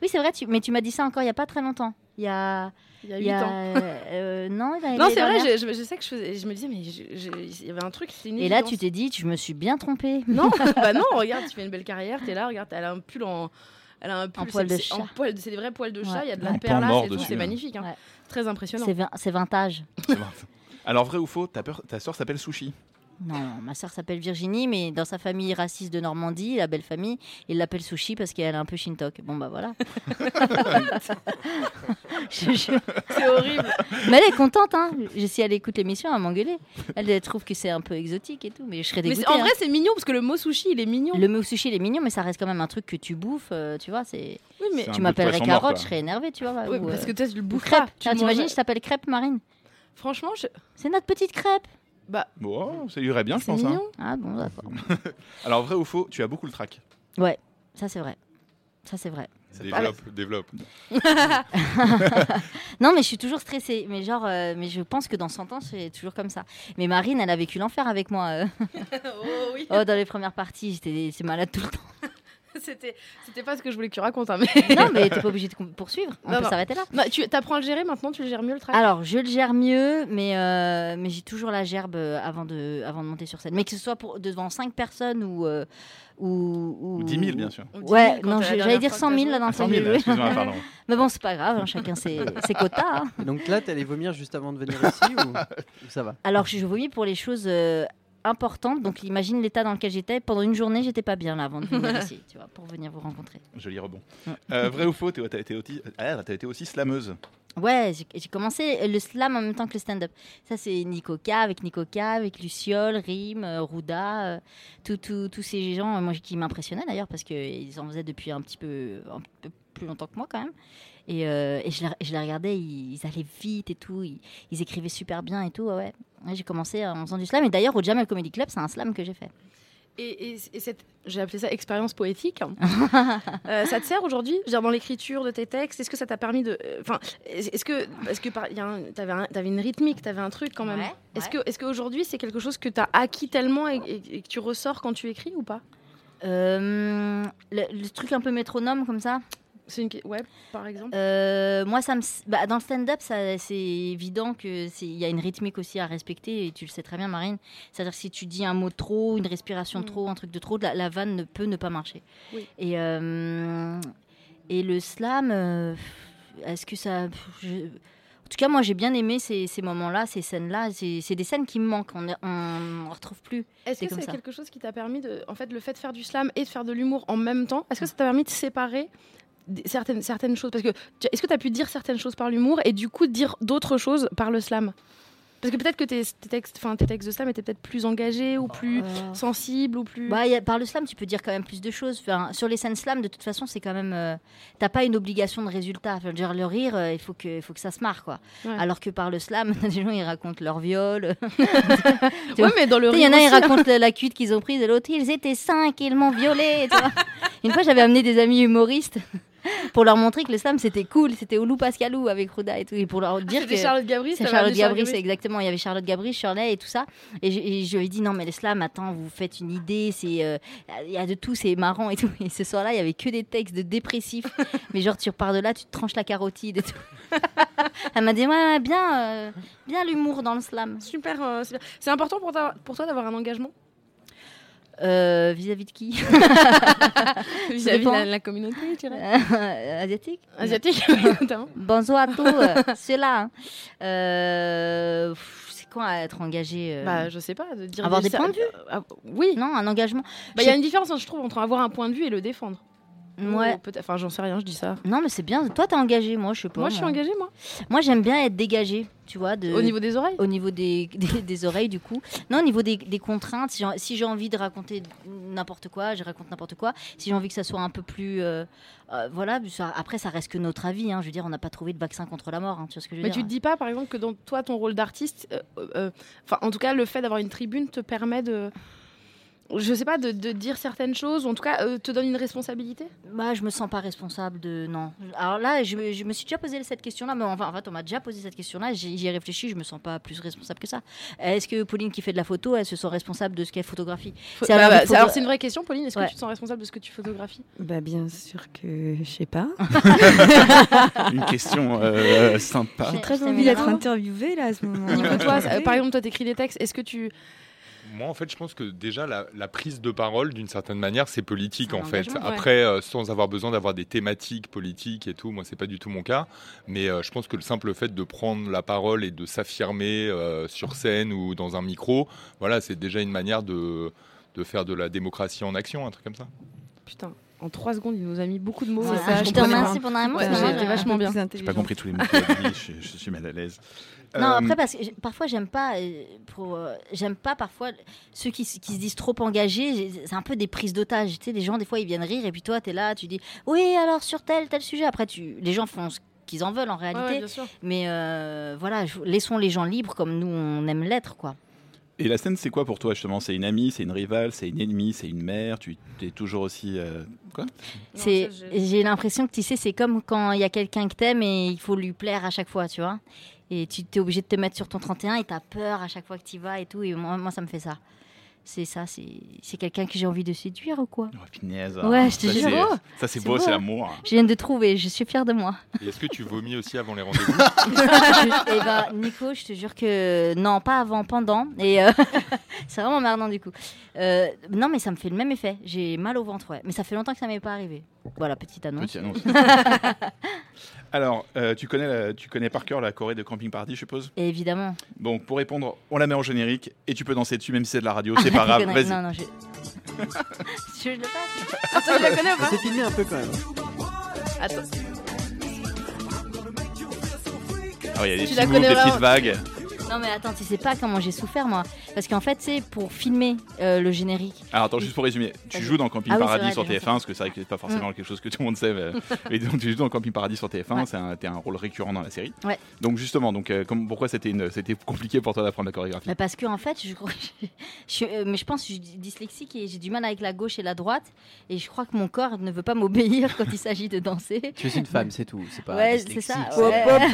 Speaker 7: oui, c'est vrai, tu- mais tu m'as dit ça encore il n'y a pas très longtemps. Il y a.
Speaker 6: il y a 8 ans.
Speaker 7: euh, non, l'année
Speaker 6: Non, c'est vrai,
Speaker 7: dernière.
Speaker 6: je, je- je sais que je, faisais- je me disais, mais je- je- il y avait un truc, c'est une
Speaker 7: Et là,
Speaker 6: évidence.
Speaker 7: tu t'es dit, je me suis bien trompée. <laughs>
Speaker 6: Non, <laughs> bah non, regarde, tu fais une belle carrière, t'es là, regarde, elle a un pull en. Elle a un pull,
Speaker 7: poil de
Speaker 6: c'est- c'est-
Speaker 7: chat.
Speaker 6: en poil de- c'est des vrais poils de chat, il
Speaker 7: Ouais.
Speaker 6: y a de la
Speaker 5: En pan
Speaker 6: perlace
Speaker 5: mort
Speaker 6: et tout,
Speaker 5: dessus,
Speaker 6: c'est
Speaker 5: hein.
Speaker 6: magnifique.
Speaker 7: Ouais.
Speaker 6: Très impressionnant.
Speaker 7: C'est vin- c'est vintage.
Speaker 5: C'est vrai. Alors, vrai ou faux, ta, peur- ta soeur s'appelle Sushi.
Speaker 7: <laughs> Non, ma sœur s'appelle Virginie, mais dans sa famille raciste de Normandie, la belle famille, il l'appelle Sushi parce qu'elle est un peu Shintok. Bon,
Speaker 6: <laughs>
Speaker 7: bah voilà. Je- je-
Speaker 6: C'est horrible.
Speaker 7: Mais elle est contente, hein. Je- Si elle écoute l'émission, elle va m'engueuler. Elle, elle trouve que c'est un peu exotique et tout, mais je serais
Speaker 6: mais
Speaker 7: dégoûtée.
Speaker 6: c'est- en
Speaker 7: hein.
Speaker 6: vrai, c'est mignon parce que le mot sushi, il est mignon.
Speaker 7: Le mot sushi, il est mignon, mais ça reste quand même un truc que tu bouffes, euh, tu vois. C'est...
Speaker 6: Oui, mais.
Speaker 5: C'est un
Speaker 7: Tu
Speaker 5: peu de
Speaker 7: m'appellerais
Speaker 5: poisson mort,
Speaker 7: carotte,
Speaker 5: quoi.
Speaker 7: je serais énervée, tu vois.
Speaker 6: Oui,
Speaker 7: ou,
Speaker 6: parce
Speaker 7: euh,
Speaker 6: que toi, tu le
Speaker 7: ou
Speaker 6: bouffes
Speaker 7: crêpe.
Speaker 6: pas. Tu
Speaker 7: Ah,
Speaker 6: manges-
Speaker 7: T'imagines, je t'appelle crêpe marine.
Speaker 6: Franchement, je-
Speaker 7: C'est notre petite crêpe.
Speaker 6: bah,
Speaker 5: Bon, ça irait bien, je
Speaker 6: c'est
Speaker 5: pense. hein.
Speaker 6: mignon.
Speaker 7: Ah bon, d'accord.
Speaker 5: Alors, vrai ou faux, tu as beaucoup le trac.
Speaker 7: Ça, c'est vrai. Ça, c'est vrai.
Speaker 8: Développe, développe.
Speaker 7: <laughs> Non, mais je suis toujours stressée. Mais genre, euh, mais je pense que dans 100 ans, c'est toujours comme ça. Mais Marine, elle a vécu l'enfer avec moi. euh.
Speaker 6: <laughs> oh oui,
Speaker 7: Oh, dans les premières parties, j'étais j'étais malade tout le temps.
Speaker 6: <laughs> c'était c'était pas ce que je voulais que tu racontes. hein, mais... <laughs>
Speaker 7: Non, mais t'es pas obligée de con- poursuivre. On
Speaker 6: Non,
Speaker 7: peut
Speaker 6: non.
Speaker 7: s'arrêter là.
Speaker 6: Bah, tu apprends à le gérer maintenant, tu le gères mieux le travail. <laughs>
Speaker 7: Alors, je le gère mieux, mais, euh, mais j'ai toujours la gerbe euh, avant de, avant de monter sur scène. Mais que ce soit pour, devant 5 personnes ou, euh, ou,
Speaker 5: Ou 10 000, bien sûr.
Speaker 6: On dit
Speaker 7: Ouais,
Speaker 6: mille quand
Speaker 7: non,
Speaker 6: t'as la
Speaker 7: j'ai-
Speaker 6: dernière
Speaker 7: j'allais dire
Speaker 6: fois que
Speaker 7: 100 000
Speaker 6: t'as
Speaker 7: là dans
Speaker 5: Ah,
Speaker 7: le
Speaker 5: 100
Speaker 7: premier
Speaker 5: 000,
Speaker 7: jeu.
Speaker 5: excuse-moi, pardon.
Speaker 7: <laughs> Mais bon, c'est pas grave, hein, chacun
Speaker 5: <laughs>
Speaker 7: ses, ses quotas. hein.
Speaker 9: Et donc là, t'allais vomir juste avant de venir ici
Speaker 5: <laughs>
Speaker 9: ou, ou ça va
Speaker 7: Alors, je vomis pour les choses euh, importantes. Donc, imagine l'état dans lequel j'étais. Pendant une journée, j'étais pas bien là avant
Speaker 6: <laughs>
Speaker 7: de venir ici, tu vois, pour venir vous rencontrer.
Speaker 5: Joli rebond.
Speaker 7: Ouais.
Speaker 5: Euh, vrai ou faux, Théo, t'as été, aussi- ah, t'as été aussi slameuse.
Speaker 7: Ouais, j'ai- j'ai commencé le slam en même temps que le stand-up. Ça, c'est Nico K, avec Nico K, avec Luciole, Rim, euh, Rouda, euh, tout- tout- tous ces gens euh, moi, qui m'impressionnaient d'ailleurs parce qu'ils en faisaient depuis un petit peu, un peu plus longtemps que moi quand même. Et, euh, et je, les, je les regardais, ils, ils allaient vite et tout, ils, ils écrivaient super bien et tout. ouais, Ouais. Ouais, j'ai commencé en faisant du slam. Et d'ailleurs, au Jamel Comedy Club, c'est un slam que j'ai fait.
Speaker 6: Et, et- et cette, j'ai appelé ça expérience
Speaker 7: <laughs>
Speaker 6: poétique. Euh, ça te sert aujourd'hui, Je veux dire, dans l'écriture de tes textes Est-ce que ça t'a permis de, euh, enfin, est-ce que, parce que par- il y a un- t'avais, un- t'avais une rythmique, t'avais un truc quand même.
Speaker 7: Ouais,
Speaker 6: Est-ce
Speaker 7: ouais.
Speaker 6: que, est-ce qu'aujourd'hui c'est quelque chose que t'as acquis tellement et, et- et que tu ressors quand tu écris ou pas
Speaker 7: Euh, le, le truc un peu métronome comme ça.
Speaker 6: C'est une, que- ouais, par exemple.
Speaker 7: Euh, moi, ça me, bah, dans le stand-up, ça, c'est évident que c'est- il y a une rythmique aussi à respecter et tu le sais très bien, Marine. C'est-à-dire que si tu dis un mot de trop, une respiration de
Speaker 6: Mm.
Speaker 7: trop, un truc de trop, la, la vanne ne peut ne pas marcher.
Speaker 6: Oui.
Speaker 7: Et euh, et le slam, euh, est-ce que ça pff, je- En tout cas, moi, j'ai bien aimé ces, ces moments-là, ces scènes-là. C'est c'est des scènes qui me manquent. On ne retrouve plus.
Speaker 6: Est-ce
Speaker 7: c'est
Speaker 6: que
Speaker 7: comme
Speaker 6: c'est
Speaker 7: ça.
Speaker 6: quelque chose qui t'a permis de, en fait, le fait de faire du slam et de faire de l'humour en même temps Est-ce que ça t'a permis de séparer des- certaines certaines choses Parce que tu- est-ce que t'as pu dire certaines choses par l'humour et du coup dire d'autres choses par le slam Parce que peut-être que tes, tes textes, enfin tes textes de slam étaient peut-être plus engagés ou plus sensibles ou plus.
Speaker 7: Ah. Bah, y a- par le slam, tu peux dire quand même plus de choses. Enfin, sur les scènes slam, de toute façon, c'est quand même. euh, T'as pas une obligation de résultat. Enfin, genre, le rire, euh, il faut que, il faut que ça se marre, quoi.
Speaker 6: Ouais.
Speaker 7: Alors que par le slam, <laughs> les gens, ils racontent leur viol. <laughs>
Speaker 6: <laughs>
Speaker 7: tu
Speaker 6: ouais,
Speaker 7: vois.
Speaker 6: mais dans le
Speaker 7: Il y en
Speaker 6: rire
Speaker 7: a,
Speaker 6: aussi,
Speaker 7: ils
Speaker 6: hein.
Speaker 7: racontent la, la cuite qu'ils ont prise et l'autre, ils étaient cinq et ils m'ont violé. tu vois. une fois, j'avais amené des amis humoristes <laughs> pour leur montrer que le slam, c'était cool. C'était au loup Pascalou avec Rouda et tout. Et pour leur dire
Speaker 6: Ah, C'était
Speaker 7: que.
Speaker 6: Charlotte Gabri.
Speaker 7: C'est
Speaker 6: ça
Speaker 7: Charlotte
Speaker 6: m'a dit Charlotte
Speaker 7: Gabri, c'est exactement. Il y avait Charlotte Gabri, Shirley et tout ça. Et je, et je lui ai dit non, mais le slam, attends, vous faites une idée, c'est euh, il y a de tout, c'est marrant et tout. Et ce soir-là, il y avait que des textes
Speaker 6: <laughs>
Speaker 7: de dépressifs. mais genre, tu repars de là, tu te tranches la carotide et tout. Elle m'a dit ouais, ouais, bien, euh, bien l'humour dans le slam.
Speaker 6: Super. euh, c'est bien. c'est important pour, ta- pour toi d'avoir un engagement
Speaker 7: Euh, Vis-à-vis de
Speaker 6: <laughs>
Speaker 7: qui
Speaker 6: vis-à-vis de la, la communauté, je dirais.
Speaker 7: Euh, Asiatique.
Speaker 6: Asiatique, <laughs> notamment.
Speaker 7: Bonjour à tous, euh,
Speaker 6: <laughs>
Speaker 7: c'est là. hein. Euh, pff, c'est quoi être engagé euh,
Speaker 6: Bah, je sais pas. De dire
Speaker 7: Avoir des
Speaker 6: ça-
Speaker 7: points de vue
Speaker 6: Ah, Oui.
Speaker 7: Non, un engagement.
Speaker 6: Bah, il y a une différence, hein, je trouve, entre avoir un point de vue et le défendre.
Speaker 7: Ouais.
Speaker 6: Ou Oh, peut-être- Enfin, j'en sais rien, je dis ça.
Speaker 7: Non, mais c'est bien. Toi, t'es engagé, moi, je sais pas.
Speaker 6: moi, je suis engagée, moi.
Speaker 7: Moi, j'aime bien être dégagée, tu vois, de,
Speaker 6: Au niveau des oreilles.
Speaker 7: au niveau des, <laughs> des, des oreilles, du coup. Non, au niveau des, des contraintes, si j'ai- si j'ai envie de raconter n'importe quoi, je raconte n'importe quoi. Si j'ai envie que ça soit un peu plus. euh, euh, voilà, ça- après, ça reste que notre avis. hein. je veux dire, on n'a pas trouvé de vaccin contre la mort, hein, tu vois ce que je veux
Speaker 6: Mais
Speaker 7: dire
Speaker 6: tu te dis pas, par exemple, que dans euh, toi, ton rôle d'artiste, euh, euh, enfin, en tout cas, le fait d'avoir une tribune te permet de. je sais pas, de, de dire certaines choses, ou en tout cas, euh, te donne une responsabilité
Speaker 7: Bah, je me sens pas responsable de. Non. Alors là, je, me- je me suis déjà posé cette question-là, mais enfin, en fait, on m'a déjà posé cette question-là, j'y j'y ai réfléchi, je me sens pas plus responsable que ça. Est-ce que Pauline qui fait de la photo, elle se sent responsable de ce qu'elle photographie
Speaker 6: Faut-
Speaker 7: C'est
Speaker 6: bah,
Speaker 7: alors
Speaker 6: bah,
Speaker 7: qu'il
Speaker 6: c'est-
Speaker 7: faut-
Speaker 6: alors, c'est une vraie question, Pauline. Est-ce
Speaker 7: Ouais.
Speaker 6: que tu te sens responsable de ce que tu photographies
Speaker 1: Bah bien sûr que je sais pas.
Speaker 5: <laughs> Une question euh, sympa.
Speaker 1: J'ai très
Speaker 6: Je
Speaker 1: envie
Speaker 6: t'aime
Speaker 1: d'être
Speaker 6: énormément.
Speaker 1: interviewée là à ce moment.
Speaker 6: Nico, toi, ça- par exemple, toi, t'écris des textes. Est-ce que tu
Speaker 8: <laughs> Moi, en fait, je pense que déjà, la, la prise de parole, d'une certaine manière, c'est politique,
Speaker 6: C'est un
Speaker 8: en fait.
Speaker 6: engagement, ouais.
Speaker 8: Après, euh, sans avoir besoin d'avoir des thématiques politiques et tout, moi, c'est pas du tout mon cas. Mais euh, je pense que le simple fait de prendre la parole et de s'affirmer euh, sur scène ou dans un micro, voilà, c'est déjà une manière de, de faire de la démocratie en action, un truc comme ça.
Speaker 6: Putain, en 3 secondes, il nous a mis beaucoup de mots.
Speaker 7: Voilà,
Speaker 6: et ça,
Speaker 7: je te
Speaker 6: comprenais
Speaker 7: remercie
Speaker 6: pas.
Speaker 7: pendant un moment,
Speaker 6: Ouais,
Speaker 7: parce que moi,
Speaker 6: j'étais
Speaker 7: j'ai-
Speaker 6: vachement bien.
Speaker 5: J'ai pas compris tous les mots qu'il a dit, je, je suis mal à l'aise.
Speaker 7: Non,
Speaker 5: Euh,
Speaker 7: après, parce que j'ai- parfois, j'aime pas, euh, pour, euh, j'aime pas parfois ceux qui, s- qui se disent trop engagés, j'ai- c'est un peu des prises d'otages. Tu sais, les gens, des fois, ils viennent rire et puis toi, t'es là, tu dis oui, alors sur tel, tel sujet. Après, tu, les gens font ce qu'ils en veulent en
Speaker 6: Ouais, ouais,
Speaker 7: réalité.
Speaker 6: bien sûr.
Speaker 7: mais euh, voilà, je- laissons les gens libres comme nous, on aime l'être, quoi.
Speaker 5: Et la scène, c'est quoi pour toi justement C'est une amie, c'est une rivale, c'est une ennemie, c'est une mère Tu es toujours aussi. euh, Quoi
Speaker 7: C'est, j'ai l'impression que tu sais, c'est comme quand il y a quelqu'un que t'aimes et il faut lui plaire à chaque fois, tu vois. Et tu t'es obligé de te mettre sur ton 31 et t'as peur à chaque fois que tu vas et tout. Et moi, moi, ça me fait ça. C'est ça, c'est, c'est quelqu'un que j'ai envie de séduire ou quoi
Speaker 5: Oh, punaise,
Speaker 7: Ouais, je te
Speaker 5: ça,
Speaker 7: jure.
Speaker 5: c'est-
Speaker 7: Oh,
Speaker 5: Ça, c'est
Speaker 7: c'est
Speaker 5: beau,
Speaker 7: beau,
Speaker 5: c'est
Speaker 7: hein.
Speaker 5: l'amour.
Speaker 7: Je viens de trouver, je suis fière de moi.
Speaker 8: Et Est-ce que tu vomis aussi avant les rendez-vous
Speaker 6: <laughs>
Speaker 7: <laughs> et ben, Nico, je te jure que non, pas avant, pendant. Et euh, <laughs> c'est vraiment marrant du coup. Euh, non, mais ça me fait le même effet. J'ai mal au ventre, ouais. Mais ça fait longtemps que ça m'est pas arrivé. Voilà, petite annonce.
Speaker 5: Petite
Speaker 7: <laughs>
Speaker 5: annonce. Alors, euh, tu, connais la- tu connais par cœur la Corée de Camping Paradis, je suppose
Speaker 7: Et évidemment.
Speaker 5: Bon, pour répondre, on la met en générique et tu peux danser dessus, même si c'est de la radio, c'est pas
Speaker 7: Arrête de conneries.
Speaker 5: grave. Vas-y.
Speaker 7: Ah, Non, non, je. <laughs> je
Speaker 9: <laughs>
Speaker 7: le passe.
Speaker 6: Attends, Ah, je la connais ou pas
Speaker 9: C'est filmé un peu quand même.
Speaker 6: Attends,
Speaker 5: Ah, il y a des
Speaker 6: Tu
Speaker 5: petits
Speaker 6: la
Speaker 5: mots,
Speaker 6: connais
Speaker 5: des
Speaker 6: vraiment.
Speaker 5: petites vagues.
Speaker 7: Non, mais attends, tu sais pas comment j'ai souffert moi. Parce qu'en fait, c'est pour filmer euh, le générique.
Speaker 5: Alors, attends, juste pour résumer, tu
Speaker 7: Vas-y.
Speaker 5: joues dans Camping
Speaker 7: Ah oui, c'est
Speaker 5: Paradis
Speaker 7: vrai,
Speaker 5: sur
Speaker 7: déjà,
Speaker 5: TF1, parce que c'est vrai que c'est pas forcément quelque chose que tout le monde
Speaker 7: <laughs>
Speaker 5: sait, mais- et donc tu joues dans Camping Paradis sur TF1,
Speaker 7: Ouais.
Speaker 5: c'est un, t'es un rôle récurrent dans la série.
Speaker 7: Ouais.
Speaker 5: Donc, justement, donc, euh, comme- pourquoi c'était une- c'était compliqué pour toi d'apprendre la chorégraphie
Speaker 7: Bah, parce que en fait, je, crois que je- je- <laughs> euh, mais je pense que je suis dyslexique et j'ai du mal avec la gauche et la droite. Et je crois que mon corps ne veut pas m'obéir <laughs> quand il s'agit de danser.
Speaker 9: Tu es une femme, c'est tout. C'est pas
Speaker 7: Ouais, c'est
Speaker 9: dyslexique.
Speaker 7: ça.
Speaker 9: c'est-
Speaker 7: ouais. <laughs>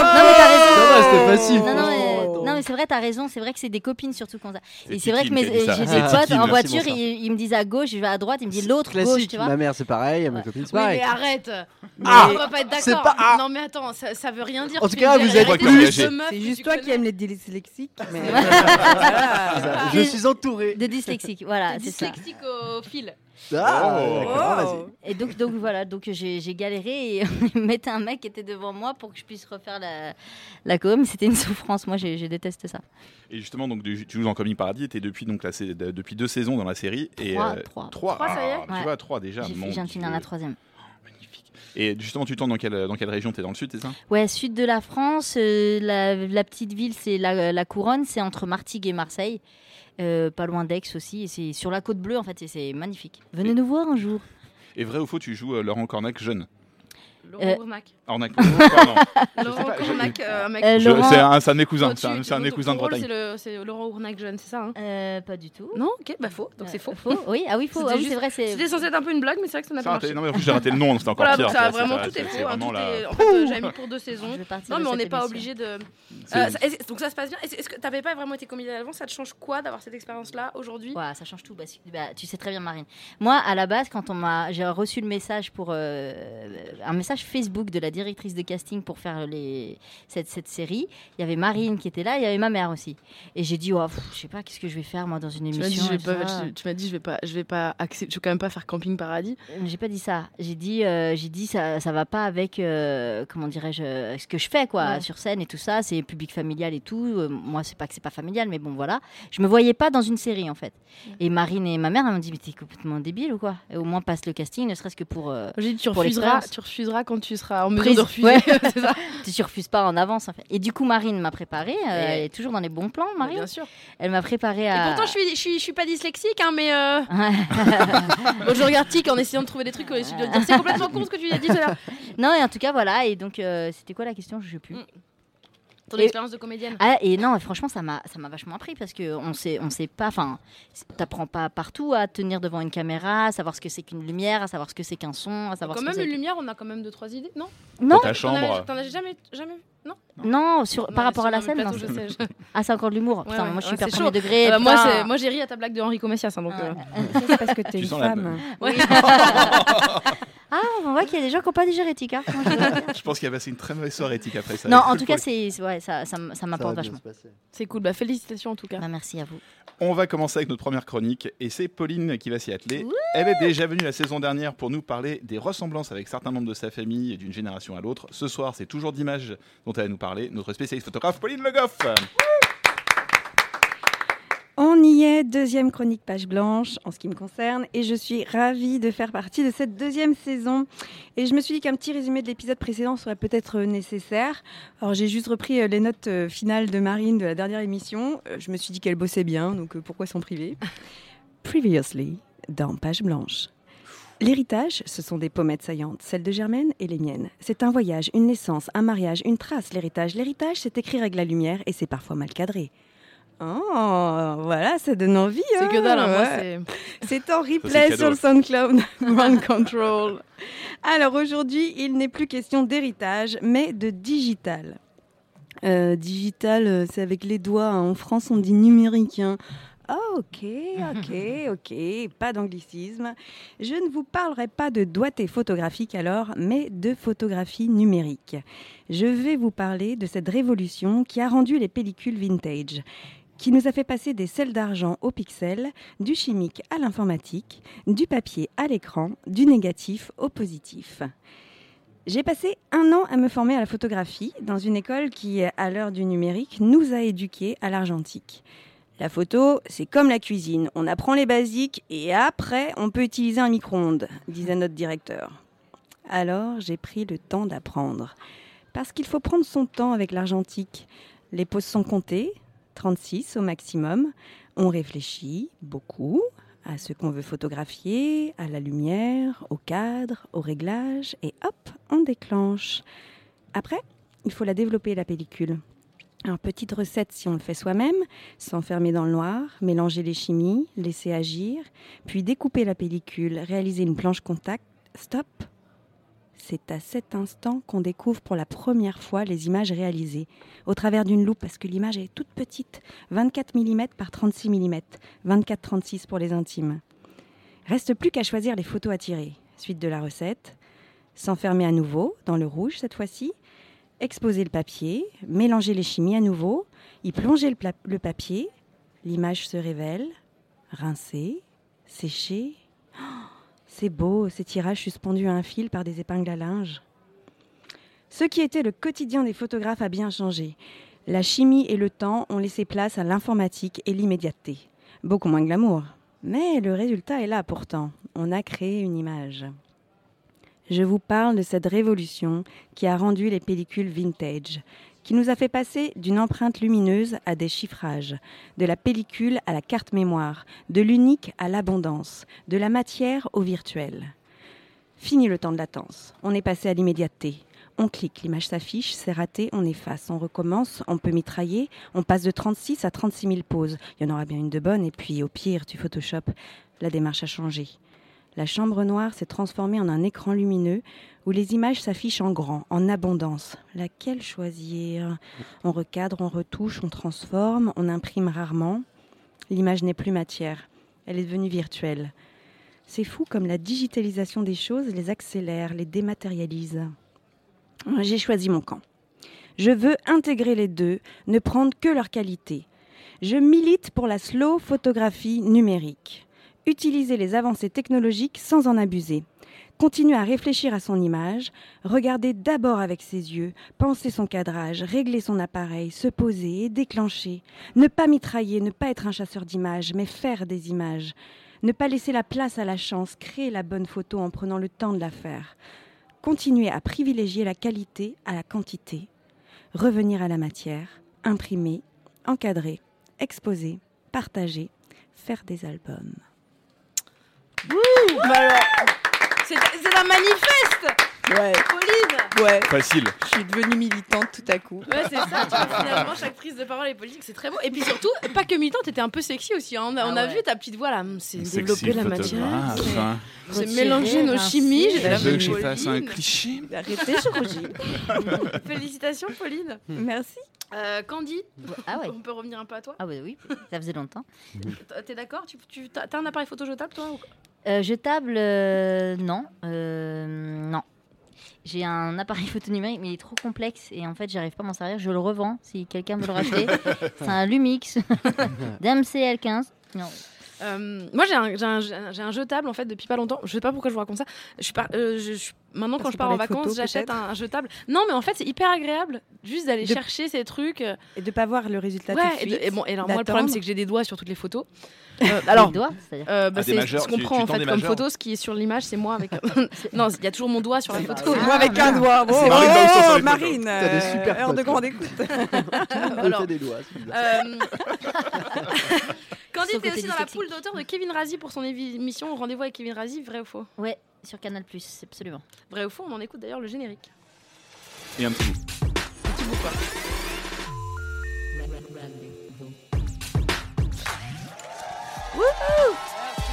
Speaker 9: Non, mais t'as raison. Ça va, c'était facile.
Speaker 7: Non, non, mais,
Speaker 9: franchement.
Speaker 7: non, mais c'est vrai, t'as raison. C'est vrai que c'est des copines surtout qu'on ça.
Speaker 5: C'est
Speaker 7: Et c'est vrai que
Speaker 5: Titi
Speaker 7: mes,
Speaker 5: qui a dit
Speaker 9: <laughs>
Speaker 7: j'ai des
Speaker 5: ça.
Speaker 9: C'est Titi,
Speaker 7: potes en
Speaker 9: merci
Speaker 7: voiture,
Speaker 9: pour ça.
Speaker 7: ils, ils me disent à gauche, je vais à droite, ils me disent l'autre gauche,
Speaker 9: Classique.
Speaker 7: tu vois.
Speaker 9: Ma mère, c'est pareil. Ma copine, c'est
Speaker 6: Oui,
Speaker 9: pareil.
Speaker 6: mais arrête Mais On va pas être
Speaker 9: c'est
Speaker 6: d'accord
Speaker 9: pas- ah.
Speaker 6: Non, mais attends, ça, ça veut rien dire.
Speaker 9: En
Speaker 6: Tu
Speaker 9: tout cas,
Speaker 6: viens de
Speaker 9: vous
Speaker 6: dire,
Speaker 9: êtes
Speaker 6: arrêtez
Speaker 5: pas
Speaker 6: de
Speaker 5: engagé.
Speaker 6: dire meuf
Speaker 1: C'est
Speaker 6: que
Speaker 1: juste
Speaker 6: tu
Speaker 1: toi
Speaker 6: connais.
Speaker 1: qui aimes les dyslexiques. Mais...
Speaker 6: <laughs>
Speaker 9: Ça, <laughs> Je suis
Speaker 7: <laughs>
Speaker 9: entourée.
Speaker 7: De dyslexique, voilà, c'est ça.
Speaker 6: Dyslexique au fil.
Speaker 9: Ah,
Speaker 5: Oh.
Speaker 9: d'accord, vas-y.
Speaker 7: Et donc, donc voilà, donc j'ai j'ai galéré et <laughs> ils mettaient un mec qui était devant moi pour que je puisse refaire la, la choré, mais C'était une souffrance, moi j'ai- je déteste ça.
Speaker 5: Et justement, donc, tu tu joues dans Camping Paradis, t'es depuis, donc, la, sé- de- depuis deux saisons dans la série. Et,
Speaker 7: Trois,
Speaker 5: euh,
Speaker 7: trois.
Speaker 5: trois,
Speaker 6: Trois, ça y est
Speaker 5: ah, Tu
Speaker 7: Ouais.
Speaker 5: vois, trois déjà.
Speaker 7: J'ai
Speaker 5: mon
Speaker 7: fait- j'ai fini dans
Speaker 5: Dieu.
Speaker 7: la troisième.
Speaker 5: Magnifique. Et justement, tu tournes dans quelle, dans quelle région T'es dans le sud, c'est ça
Speaker 7: Ouais, sud de la France, euh, la, la petite ville, c'est la, la couronne, c'est entre Martigues et Marseille. Euh, pas loin d'Aix aussi, et c'est sur la côte bleue en fait, et c'est magnifique. Venez
Speaker 5: Et-
Speaker 7: nous voir un jour.
Speaker 5: Et vrai ou faux, tu joues euh, Laurent Cornac jeune
Speaker 7: Euh,
Speaker 6: Laurent Gournac.
Speaker 5: Ornac.
Speaker 7: <laughs>
Speaker 5: Pardon.
Speaker 6: Laurent
Speaker 5: pas, je-
Speaker 6: Gournac, euh, un mec.
Speaker 7: Euh,
Speaker 5: Je-
Speaker 7: Laurent-
Speaker 5: C'est un, c'est un de mes cousins,
Speaker 6: Oh, tu-
Speaker 5: c'est un, c'est un de
Speaker 6: ton-
Speaker 5: mes
Speaker 6: ton
Speaker 5: cousins de
Speaker 6: rôle,
Speaker 5: Bretagne.
Speaker 6: c'est le- C'est Laurent Gournac jeune, c'est ça hein
Speaker 7: Euh, pas du tout.
Speaker 6: Non, ok, bah faux, donc c'est
Speaker 7: Euh,
Speaker 6: faux.
Speaker 7: Oui, ah oui, faux.
Speaker 6: C'était
Speaker 7: Ah oui,
Speaker 6: juste-
Speaker 7: c'est vrai, c'est.
Speaker 6: C'était censé être un peu une blague, mais c'est vrai que ça n'a
Speaker 5: Ça,
Speaker 6: pas
Speaker 5: raté-
Speaker 6: marché.
Speaker 5: non, mais en plus, j'ai raté le nom, c'était encore
Speaker 6: Voilà,
Speaker 5: pire.
Speaker 6: donc ça a
Speaker 5: tu vois,
Speaker 6: vraiment
Speaker 5: c'est-
Speaker 6: tout est
Speaker 5: c'est
Speaker 6: faux. hein,
Speaker 5: vraiment
Speaker 6: tout
Speaker 5: la-
Speaker 6: est- En fait, euh, j'avais mis pour deux
Speaker 7: Je
Speaker 6: saisons.
Speaker 7: vais partir
Speaker 6: Non,
Speaker 7: de
Speaker 6: mais on
Speaker 7: cette
Speaker 6: n'est pas
Speaker 7: émission.
Speaker 6: obligé de.
Speaker 5: c'est-
Speaker 6: Euh, ça- est-ce- donc ça se passe bien. Est-ce est-ce que t'avais pas vraiment été commis à l'avance Ça te change quoi d'avoir cette expérience-là aujourd'hui
Speaker 7: Ouah, ça change tout. Bah, si- bah, tu sais très bien, Marine. Moi, à la base, quand on m'a, j'ai reçu le message pour euh, un message Facebook de la directrice de casting pour faire les cette, cette série. Il y avait Marine qui était là, il y avait ma mère aussi. Et j'ai dit, oh, pff, je sais pas, qu'est-ce que je vais faire moi dans une
Speaker 6: Tu m'as dit,
Speaker 7: émission.
Speaker 6: je vais
Speaker 7: et
Speaker 6: pas,
Speaker 7: ça.
Speaker 6: tu, tu m'as dit, je vais pas, je vais pas accepter, je vais quand même pas faire camping paradis.
Speaker 7: Mais Euh, J'ai pas dit ça. J'ai dit, euh, j'ai dit ça, ça va pas avec euh, comment dirais-je euh, ce que je fais quoi
Speaker 6: Ouais.
Speaker 7: sur scène et tout ça. C'est public familial et tout. Euh, moi, c'est pas que c'est pas familial, mais bon voilà. Je me voyais pas dans une série en fait. Et Marine et ma mère elles m'ont dit mais t'es complètement débile ou quoi Et Au moins passe le casting, ne serait-ce que pour. euh,
Speaker 6: J'ai dit, tu
Speaker 7: Pour
Speaker 6: refuseras,
Speaker 7: l'expérience.
Speaker 6: tu refuseras quand tu seras en mesure
Speaker 7: Prise.
Speaker 6: de refuser.
Speaker 7: Ouais.
Speaker 6: <laughs> c'est ça.
Speaker 7: <laughs> tu t'y refuses pas en avance en fait. Et du coup, Marine m'a préparée. euh,
Speaker 6: Mais-
Speaker 7: Elle est toujours dans les bons plans,
Speaker 6: Marie,
Speaker 7: Marine.
Speaker 6: bien sûr.
Speaker 7: Elle m'a préparée
Speaker 6: Et
Speaker 7: à.
Speaker 6: pourtant, je suis, je suis, je suis pas dyslexique, hein, mais euh,
Speaker 7: <laughs> Ouais.
Speaker 6: <laughs> bon, je regarde Tic en essayant de trouver des trucs euh, que les studios disent. C'est
Speaker 7: <laughs>
Speaker 6: complètement con ce que tu lui as dit. Cela. Mm,
Speaker 7: non et en tout cas voilà. Et donc euh, c'était quoi la question Je sais plus.
Speaker 6: Ton
Speaker 7: Et-
Speaker 6: expérience de comédienne
Speaker 7: Ah, et non, franchement, ça m'a, ça m'a vachement appris parce que on sait, on sait pas, enfin, c'est- t'apprends pas partout à tenir devant une caméra, à savoir ce que c'est qu'une lumière, à savoir ce que c'est qu'un son, à savoir
Speaker 6: Quand
Speaker 7: ce que
Speaker 6: même,
Speaker 7: c'est-
Speaker 6: une lumière, on a quand même deux, trois idées, non
Speaker 7: Non,
Speaker 5: ta
Speaker 6: T'en as-
Speaker 5: chambre.
Speaker 6: T'en as jamais, jamais vu Non
Speaker 7: non, sur,
Speaker 6: Non, mais
Speaker 7: par rapport à
Speaker 6: sur
Speaker 7: la
Speaker 6: un
Speaker 7: scène,
Speaker 6: plateau,
Speaker 7: non.
Speaker 6: je sais, je-
Speaker 7: Ah, c'est encore de l'humour.
Speaker 6: Ouais,
Speaker 7: Putain,
Speaker 6: ouais,
Speaker 7: moi, je suis
Speaker 6: ouais,
Speaker 7: hyper
Speaker 6: c'est
Speaker 7: premier
Speaker 6: chaud.
Speaker 7: degré.
Speaker 6: Euh, moi,
Speaker 7: putain. Ah,
Speaker 6: c'est- moi, j'ai ri à ta blague de Henri Comessias, hein, donc.
Speaker 7: Ouais.
Speaker 6: euh,
Speaker 1: Ça, c'est parce que t'es
Speaker 5: Tu
Speaker 1: une
Speaker 5: sens la
Speaker 1: femme.
Speaker 6: <laughs>
Speaker 7: <laughs> Ah, on voit qu'il y a des gens qui n'ont pas digéré Tika. Moi, je-
Speaker 5: Je pense qu'il a passé une très mauvaise soirée éthique après ça.
Speaker 7: hein, non, en tout cas, c'est, c'est- ouais, ça, ça, m-
Speaker 9: Ça
Speaker 7: ça
Speaker 9: va
Speaker 7: m'apporte
Speaker 9: bien
Speaker 7: vachement.
Speaker 9: se passer.
Speaker 6: C'est cool, bah félicitations en tout cas.
Speaker 7: Bah, merci à vous.
Speaker 5: On va commencer avec notre première chronique et c'est Pauline qui va s'y atteler. Elle est déjà venue la saison dernière pour nous parler des ressemblances avec certains membres de sa famille et d'une génération à l'autre. Ce soir, c'est toujours d'images dont elle va nous parler. Notre spécialiste photographe, Pauline Le Goff.
Speaker 1: On y est, deuxième chronique page blanche en ce qui me concerne, et je suis ravie de faire partie de cette deuxième saison. Et je me suis dit qu'un petit résumé de l'épisode précédent serait peut-être euh, nécessaire. Alors j'ai juste repris euh, les notes euh, finales de Marine de la dernière émission. Euh, Je me suis dit qu'elle bossait bien, donc euh, pourquoi s'en priver <laughs> Previously, dans page blanche. L'héritage, ce sont des pommettes saillantes, celles de Germaine et les miennes. C'est un voyage, une naissance, un mariage, une trace, l'héritage. L'héritage, c'est écrit avec la lumière et c'est parfois mal cadré. Oh, voilà, ça donne envie.
Speaker 6: C'est
Speaker 1: hein,
Speaker 6: que dalle, hein, moi,
Speaker 1: ouais.
Speaker 6: c'est.
Speaker 1: C'est en
Speaker 5: c'est
Speaker 1: replay
Speaker 5: cadeau.
Speaker 1: sur le SoundCloud <laughs> Ground Control. Alors aujourd'hui, il n'est plus question d'héritage, mais de digital. Euh, digital, euh, c'est avec les doigts. hein. En France, on dit numérique. hein. Ah, ok, ok, ok, pas d'anglicisme. Je ne vous parlerai pas de doigté photographique alors, mais de photographie numérique. Je vais vous parler de cette révolution qui a rendu les pellicules vintage, qui nous a fait passer des sels d'argent au pixel du chimique à l'informatique, du papier à l'écran, du négatif au positif. J'ai passé un an à me former à la photographie dans une école qui, à l'heure du numérique, nous a éduqués à l'argentique. La photo, c'est comme la cuisine, on apprend les basiques et après, on peut utiliser un micro-ondes, disait notre directeur. Alors, j'ai pris le temps d'apprendre. Parce qu'il faut prendre son temps avec l'argentique. Les poses sont comptées, 36 au maximum, on réfléchit beaucoup à ce qu'on veut photographier, à la lumière, au cadre, au réglage, et hop, on déclenche. Après, il faut la développer, la pellicule. Alors, petite recette si on le fait soi-même, s'enfermer dans le noir, mélanger les chimies, laisser agir, puis découper la pellicule, réaliser une planche contact, stop. C'est à cet instant qu'on découvre pour la première fois les images réalisées, au travers d'une loupe, parce que l'image est toute petite. 24 mm par 36 mm, 24-36 pour les intimes. Reste plus qu'à choisir les photos à tirer. Suite de la recette. S'enfermer à nouveau, dans le rouge cette fois-ci. Exposer le papier, mélanger les chimies à nouveau, y plonger le, pla- le papier. L'image se révèle. Rincer, sécher. Oh, c'est beau, ces tirages suspendus à un fil par des épingles à linge. Ce qui était le quotidien des photographes a bien changé. La chimie et le temps ont laissé place à l'informatique et l'immédiateté. Beaucoup moins glamour. Mais le résultat est là pourtant. On a créé une image. Je vous parle de cette révolution qui a rendu les pellicules vintage, qui nous a fait passer d'une empreinte lumineuse à des chiffrages, de la pellicule à la carte mémoire, de l'unique à l'abondance, de la matière au virtuel. Fini le temps de latence. On est passé à l'immédiateté. On clique, l'image s'affiche, c'est raté, on efface, on recommence, on peut mitrailler, on passe de 36 à 36 000 pauses. Il y en aura bien une de bonne, et puis au pire, tu Photoshop. La démarche a changé. La chambre noire s'est transformée en un écran lumineux où les images s'affichent en grand, en abondance. Laquelle choisir On recadre, on retouche, on transforme, on imprime rarement. L'image n'est plus matière, elle est devenue virtuelle. C'est fou comme la digitalisation des choses les accélère, les dématérialise. J'ai choisi mon camp. Je veux intégrer les deux, ne prendre que leurs qualités. Je milite pour la slow photographie numérique. Utiliser les avancées technologiques sans en abuser. Continuer à réfléchir à son image, regarder d'abord avec ses yeux, penser son cadrage, régler son appareil, se poser et déclencher. Ne pas mitrailler, ne pas être un chasseur d'images, mais faire des images. Ne pas laisser la place à la chance, créer la bonne photo en prenant le temps de la faire continuer à privilégier la qualité à la quantité, revenir à la matière, imprimer, encadrer, exposer, partager, faire des albums.
Speaker 6: bah C'est c'est un manifeste
Speaker 1: Ouais.
Speaker 6: Pauline
Speaker 1: Ouais.
Speaker 5: Facile.
Speaker 1: Je suis devenue militante tout à coup.
Speaker 6: Ouais, c'est ça, tu vois, finalement, chaque prise de parole est politique, c'est très beau. Et puis surtout, pas que militant, t'étais un peu sexy aussi. hein. On a, on
Speaker 1: Ah
Speaker 6: a vu ta petite voix là, Hum, c'est développer la matière. c'est- C'est
Speaker 1: Retirer,
Speaker 6: mélanger nos
Speaker 1: rincer.
Speaker 6: chimies. J'étais là,
Speaker 5: Deux,
Speaker 6: mais
Speaker 5: j'ai face à un
Speaker 6: Pauline.
Speaker 5: cliché.
Speaker 1: Arrêtez, je rougis. <laughs>
Speaker 6: Félicitations, Pauline.
Speaker 1: Merci.
Speaker 6: Euh, Candy,
Speaker 7: Hmm. Ah ouais.
Speaker 6: on peut revenir un peu à toi.
Speaker 7: Ah ouais, oui, ça faisait longtemps.
Speaker 6: T- T'es d'accord Tu, tu t'as t'as un appareil photo jetable toi ou-
Speaker 7: Euh, jetable, euh, non. Euh, non. J'ai un appareil <laughs> photo numérique, mais il est trop complexe et en fait, j'arrive pas à m'en servir. Je le revends si quelqu'un veut
Speaker 6: <laughs>
Speaker 7: le racheter. C'est un Lumix <laughs> d'MCL15. Non.
Speaker 6: Euh, Moi, j'ai un, j'ai un- j'ai un- j'ai un jetable en fait depuis pas longtemps. Je sais pas pourquoi je vous raconte ça. Je suis par- euh, je- je suis- Maintenant,
Speaker 1: Parce
Speaker 6: quand
Speaker 1: qu'on
Speaker 6: je pars en
Speaker 1: parlait de
Speaker 6: vacances,
Speaker 1: photos,
Speaker 6: j'achète
Speaker 1: peut-être.
Speaker 6: un, un jetable. Non, mais en fait, c'est hyper agréable juste d'aller
Speaker 1: De-
Speaker 6: chercher ces trucs. euh,
Speaker 1: Et de pas voir le résultat
Speaker 6: ouais,
Speaker 1: tout de
Speaker 6: et,
Speaker 1: suite. Bah,
Speaker 6: de- et bon, et alors, moi, le problème,
Speaker 1: d'attendre.
Speaker 6: c'est que j'ai des doigts sur toutes les
Speaker 1: <laughs>
Speaker 6: photos. Euh, alors,
Speaker 7: Les doigts, c'est-à-dire.
Speaker 6: euh, bah,
Speaker 5: Ah, des
Speaker 6: c'est
Speaker 5: majeurs,
Speaker 6: ce qu'on
Speaker 5: tu-
Speaker 6: prend
Speaker 5: tu
Speaker 6: en
Speaker 5: tends
Speaker 6: fait
Speaker 5: des
Speaker 6: comme
Speaker 5: majeurs.
Speaker 6: photo. Ce qui est sur l'image, c'est moi
Speaker 1: <laughs>
Speaker 6: avec. <laughs> non, il y a toujours mon doigt sur la photo. Ah,
Speaker 1: Moi avec un doigt. Oh,
Speaker 5: Marine
Speaker 1: oh,
Speaker 5: Bausson sur les
Speaker 1: Marine,
Speaker 9: T'as des
Speaker 1: euh,
Speaker 9: super
Speaker 1: heure
Speaker 9: potes,
Speaker 1: de
Speaker 9: toi.
Speaker 1: grande écoute.
Speaker 6: Alors-
Speaker 5: <laughs>
Speaker 9: Alors... des doigts, c'est bizarre.
Speaker 7: <laughs>
Speaker 6: Euh, Candide
Speaker 7: Sauf que
Speaker 6: était
Speaker 7: t'es
Speaker 6: aussi dans la
Speaker 7: dyslexique.
Speaker 6: poule d'auteur de Kevin Razi pour son évi- émission Rendez-vous avec Kevin Razi, vrai ou faux
Speaker 7: Ouais, sur Canal Plus, absolument.
Speaker 6: Vrai ou faux, on en écoute d'ailleurs le générique.
Speaker 5: Et un petit bout.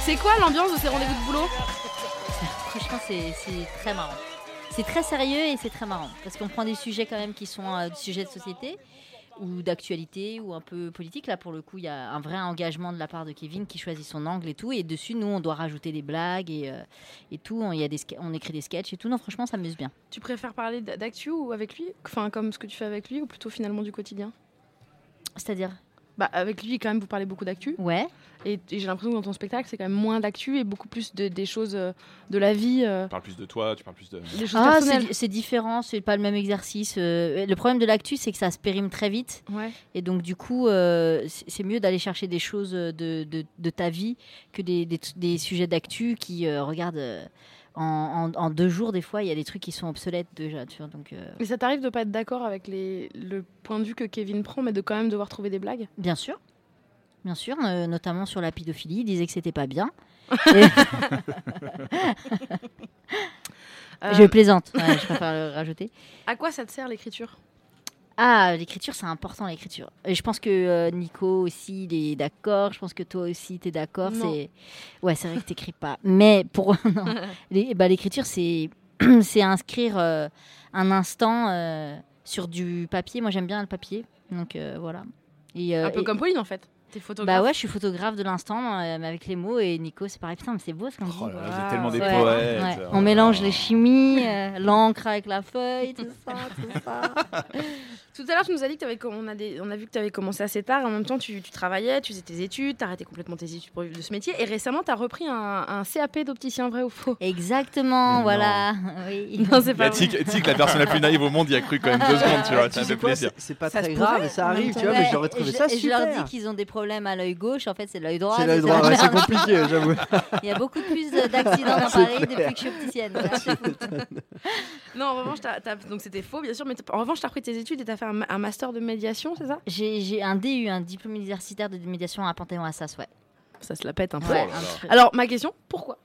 Speaker 6: C'est quoi l'ambiance de ces rendez-vous de boulot
Speaker 7: <laughs> Franchement, c'est c'est très marrant. C'est très sérieux et c'est très marrant parce qu'on prend des sujets quand même qui sont euh, des sujets de société ou d'actualité ou un peu politique. Là, pour le coup, il y a un vrai engagement de la part de Kevin qui choisit son angle et tout. Et dessus, nous, on doit rajouter des blagues et, euh, et tout. On, il y a des, ske- on écrit des sketchs et tout. Non, franchement, ça amuse bien.
Speaker 6: Tu préfères parler d- d'actu ou avec lui Enfin, comme ce que tu fais avec lui ou plutôt finalement du quotidien
Speaker 7: C'est-à-dire
Speaker 6: Bah, avec lui, quand même, vous parlez beaucoup d'actu.
Speaker 7: Ouais.
Speaker 6: Et, et j'ai l'impression que dans ton spectacle, c'est quand même moins d'actu et beaucoup plus de, des choses euh, de la vie, euh,
Speaker 5: Tu parles plus de toi, tu parles plus de.
Speaker 6: des choses
Speaker 7: Ah,
Speaker 6: personnelles.
Speaker 7: c'est c'est différent, c'est pas le même exercice. euh, le problème de l'actu, c'est que ça se périme très vite.
Speaker 6: Ouais.
Speaker 7: Et donc, du coup, euh, c'est c'est mieux d'aller chercher des choses de, de- de ta vie que des, des- des sujets d'actu qui euh, regardent euh, en, en- en deux jours, des fois, il y a des trucs qui sont obsolètes déjà. Tu vois, donc, euh,
Speaker 6: Mais ça t'arrive de pas être d'accord avec les, le point de vue que Kevin prend, mais de quand même devoir trouver des blagues
Speaker 7: bien sûr, bien sûr, euh, notamment sur la pédophilie, il disait que c'était
Speaker 6: <laughs>
Speaker 7: pas bien. Je
Speaker 6: Euh,
Speaker 7: plaisante, ouais, je préfère le rajouter.
Speaker 6: À quoi ça te sert l'écriture
Speaker 7: Ah, l'écriture, c'est important, l'écriture. Et je pense que euh, Nico aussi, il est d'accord. Je pense que toi aussi, t'es d'accord.
Speaker 6: Non.
Speaker 7: C'est... Ouais, c'est vrai que t'écris pas. Mais pour <laughs>
Speaker 6: <laughs>
Speaker 7: non. Les- bah, l'écriture, c'est... <clears throat> c'est inscrire euh, un instant euh, sur du papier. Moi, j'aime bien le papier. Donc euh, voilà. Et, euh,
Speaker 6: Un peu
Speaker 7: et-
Speaker 6: comme Pauline en fait. T'es photographe.
Speaker 7: Bah ouais, je suis photographe de l'instant, euh, mais avec les mots. Et Nico, c'est pareil. Putain, mais c'est beau ce qu'on dit.
Speaker 5: Oh là là, vous
Speaker 6: Wow.
Speaker 5: êtes tellement des
Speaker 7: Ouais,
Speaker 5: poètes.
Speaker 7: ouais.
Speaker 5: Oh
Speaker 7: On
Speaker 5: là
Speaker 7: mélange
Speaker 5: là.
Speaker 7: les chimies, euh, l'encre avec la feuille, tout ça, tout ça.
Speaker 6: <laughs> Tout à l'heure, tu nous as dit que t'avais com- on a, des- on a vu que tu avais commencé assez tard. En même temps, tu, tu travaillais, tu faisais tes études, tu arrêté complètement tes études pour vivre de ce métier. Et récemment, tu as repris un, un CAP d'opticien, vrai ou faux
Speaker 7: Exactement,
Speaker 6: <laughs>
Speaker 5: Mais
Speaker 7: voilà. Oui.
Speaker 6: Non, c'est pas <laughs> vrai.
Speaker 5: La tic, tic, la personne la plus naïve au monde y a cru quand même deux secondes, tu vois,
Speaker 9: Tu
Speaker 5: ça
Speaker 9: sais
Speaker 5: fait
Speaker 9: quoi,
Speaker 5: plaisir.
Speaker 9: c'est- C'est pas
Speaker 1: Ça
Speaker 9: très
Speaker 1: se
Speaker 9: grave,
Speaker 1: pourrait, en
Speaker 9: ça arrive, tu
Speaker 1: même temps.
Speaker 9: vois,
Speaker 7: Ouais,
Speaker 9: mais j'aurais trouvé
Speaker 7: et
Speaker 9: ça
Speaker 7: je, et je leur
Speaker 9: super.
Speaker 7: dis qu'ils ont des problèmes à l'œil gauche, en fait, c'est l'œil droit.
Speaker 9: C'est l'œil
Speaker 7: ça
Speaker 9: droit, ouais,
Speaker 7: merde.
Speaker 9: c'est compliqué, j'avoue.
Speaker 7: <laughs> Il y a beaucoup plus euh, d'accidents dans
Speaker 9: C'est
Speaker 7: Paris
Speaker 9: clair.
Speaker 7: depuis que je suis opticienne.
Speaker 6: Non, en revanche, t'as- t'as- donc c'était faux, bien sûr. Mais t'as- en revanche, tu as repris tes études et tu as fait un, ma- un master de médiation, c'est ça
Speaker 7: J'ai j'ai un DU, un diplôme universitaire de médiation à Panthéon-Assas, ouais.
Speaker 6: Ça se la pète
Speaker 5: Oh
Speaker 6: un peu.
Speaker 7: Ouais, un petit peu.
Speaker 6: hein, Alors, ma question, pourquoi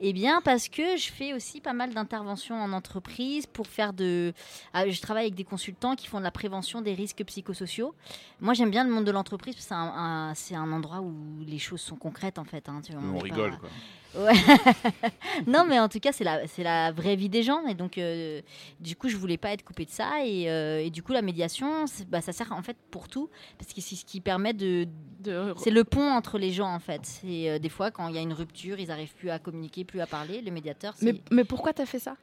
Speaker 7: Eh bien, parce que je fais aussi pas mal d'interventions en entreprise pour faire de. Ah, Je travaille avec des consultants qui font de la prévention des risques psychosociaux. Moi, j'aime bien le monde de l'entreprise parce que c'est un, un- c'est un endroit où les choses sont concrètes, en fait. hein, tu vois,
Speaker 5: On
Speaker 7: n'est pas-
Speaker 5: rigole quoi.
Speaker 7: Ouais. <laughs> non, mais en tout cas, c'est la, c'est la vraie vie des gens. Et donc, euh, du coup, je voulais pas être coupée de ça. Et, euh, et du coup, la médiation, c'est- bah, ça sert en fait pour tout. Parce que c'est ce qui permet de.
Speaker 6: de...
Speaker 7: C'est le pont entre les gens, en fait. C'est euh, des fois, quand il y a une rupture, ils arrivent plus à communiquer, plus à parler. Le médiateur, c'est.
Speaker 6: mais, mais pourquoi tu as fait ça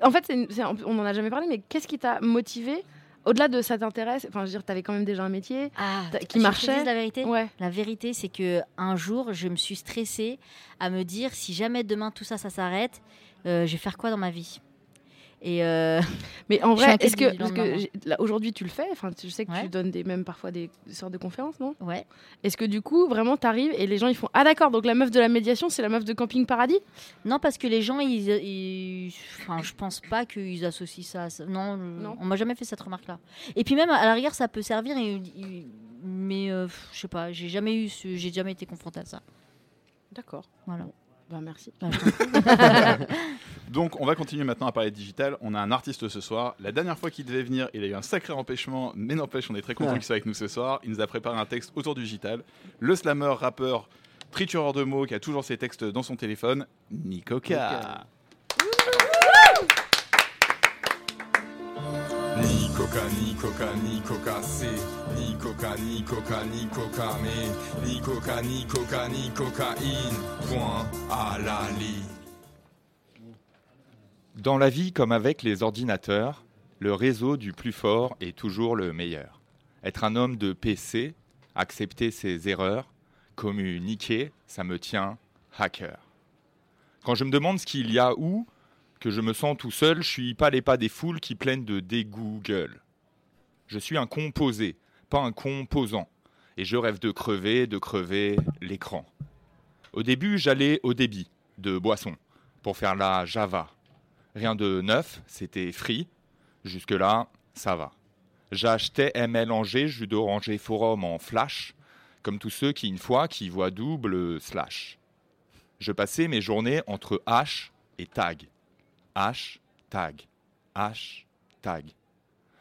Speaker 6: En fait, c'est une- c'est- on en a jamais parlé, mais qu'est-ce qui t'a motivé Au-delà de ça t'intéresse, enfin, je veux dire, tu avais quand même déjà un métier.
Speaker 7: Ah,
Speaker 6: T'as-
Speaker 7: tu-
Speaker 6: qui
Speaker 7: tu veux que je te
Speaker 6: marchait.
Speaker 7: dise la vérité
Speaker 6: Ouais.
Speaker 7: La vérité, c'est que un jour, je me suis stressée à me dire si jamais demain tout ça, ça s'arrête, euh, je vais faire quoi dans ma vie Et euh,
Speaker 6: Mais en
Speaker 7: <laughs> Je suis
Speaker 6: vrai,
Speaker 7: inquiète
Speaker 6: est-ce que,
Speaker 7: du
Speaker 6: parce que
Speaker 7: lendemain, moi.
Speaker 6: j'ai- là, aujourd'hui tu le fais Enfin, tu- je sais que
Speaker 7: Ouais.
Speaker 6: tu donnes des, même parfois des, sortes de conférences, non
Speaker 7: ouais.
Speaker 6: Est-ce que du coup vraiment t'arrives et les gens ils font ah d'accord donc la meuf de la médiation c'est la meuf de Camping Paradis
Speaker 7: Non, parce que les gens, ils, ils- enfin, je pense pas qu'ils associent ça. à ça. Non,
Speaker 6: Non.
Speaker 7: on m'a jamais fait cette remarque-là. Et puis même, à la rigueur, ça peut servir, et- et- mais euh, pff, je sais pas, j'ai jamais eu, ce- j'ai jamais été confrontée à ça.
Speaker 6: D'accord.
Speaker 7: Voilà. Bah,
Speaker 6: Ben, merci. <laughs>
Speaker 5: Donc, on va continuer maintenant à parler de digital. On a un artiste ce soir. La dernière fois qu'il devait venir, il a eu un sacré empêchement, mais n'empêche, on est très content
Speaker 9: Ouais.
Speaker 5: qu'il soit avec nous ce soir. Il nous a préparé un texte autour du digital. Le slammer, rappeur, tritureur de mots, qui a toujours ses textes dans son téléphone, Nico K.
Speaker 10: ni coca ni coca ni coca c'est ni coca ni coca ni coca mais ni coca ni coca ni cocaïne point à la ligne
Speaker 8: Dans la vie comme avec les ordinateurs, le réseau du plus fort est toujours le meilleur. Être un homme de PC, accepter ses erreurs, communiquer, ça me tient hacker. Quand je me demande ce qu'il y a où, que je me sens tout seul, je suis pas les pas des foules qui plaignent de dégoût gueule. Je suis un composé, pas un composant, et je rêve de crever, de crever l'écran. Au début, j'allais au débit de boisson pour faire la Java. Rien de neuf, c'était free. Jusque-là, ça va. J'achetais MLAnger, jus d'oranger forum en flash, comme tous ceux qui, une fois, qui voient double euh, slash. Je passais mes journées entre hash et tag. Hash, tag. Hash, tag.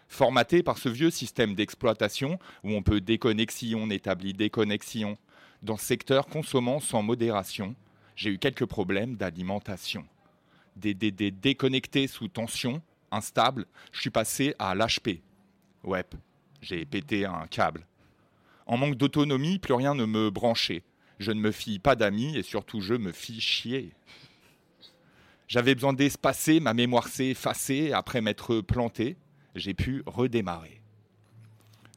Speaker 8: Formaté par ce vieux système d'exploitation où on peut déconnexion, établit déconnexion. Dans ce secteur consommant sans modération, j'ai eu quelques problèmes d'alimentation des, des- des déconnectés sous tension, instable, je suis passé à l'HP. Ouais, j'ai pété un câble. En manque d'autonomie, plus rien ne me branchait. Je ne me fie pas d'amis et surtout je me fis chier. J'avais besoin d'espacer, ma mémoire s'est effacée, après m'être planté, j'ai pu redémarrer.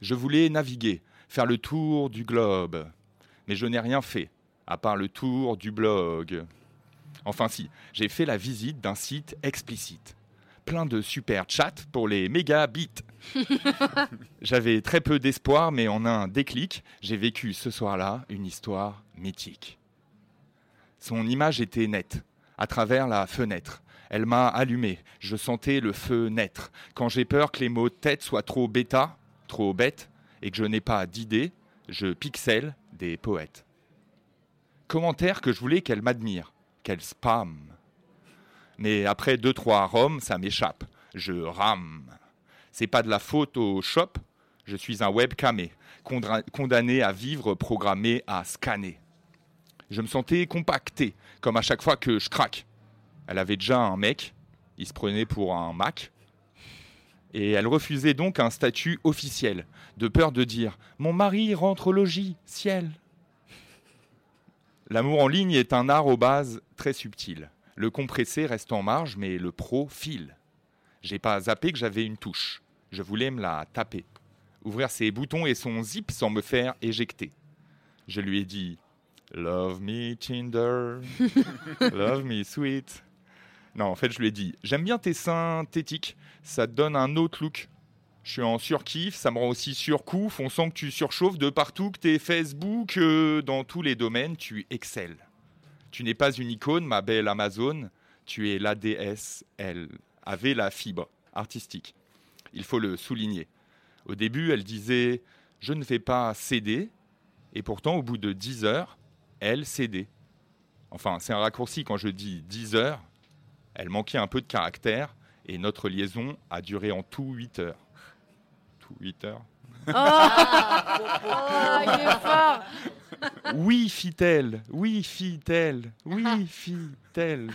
Speaker 8: Je voulais naviguer, faire le tour du globe, mais je n'ai rien fait, à part le tour du blog. Enfin si, j'ai fait la visite d'un site explicite. Plein de super chats pour les mégabits. J'avais très peu d'espoir, mais en un déclic, j'ai vécu ce soir-là une histoire mythique. Son image était nette, à travers la fenêtre. Elle m'a allumé, je sentais le feu naître. Quand j'ai peur que les mots tête soient trop bêta, trop bêtes, et que je n'ai pas d'idée, je pixelle des poètes. Commentaire que je voulais qu'elle m'admire, qu'elle spam. Mais après deux trois roms, ça m'échappe. Je rame. C'est pas de la faute au shop. Je suis un webcamé, condra- condamné à vivre, programmé à scanner. Je me sentais compacté, comme à chaque fois que je craque. Elle avait déjà un mec, il se prenait pour un Mac. Et elle refusait donc un statut officiel, de peur de dire Mon mari rentre au logis, ciel. L'amour en ligne est un art aux bases très subtil. Le compressé reste en marge, mais le pro file. J'ai pas zappé que j'avais une touche. Je voulais me la taper. Ouvrir ses boutons et son zip sans me faire éjecter. Je lui ai dit Love me Tinder, love me sweet. Non, en fait, je lui ai dit J'aime bien tes synthétiques, ça te donne un autre look. Je suis en surkiff, ça me rend aussi surcouf. On sent que tu surchauffes de partout, que t'es Facebook, euh, dans tous les domaines, tu excelles. Tu n'es pas une icône, ma belle Amazon. Tu es l'ADS, elle avait la fibre artistique. Il faut le souligner. Au début, elle disait Je ne vais pas céder. Et pourtant, au bout de 10 heures, elle cédait. Enfin, c'est un raccourci quand je dis 10 heures. Elle manquait un peu de caractère et notre liaison a duré en tout 8 heures. Tout 8 heures
Speaker 6: Oh, il est fort
Speaker 8: Oui, fit-elle. Oui, fit-elle. Oui, fit-elle.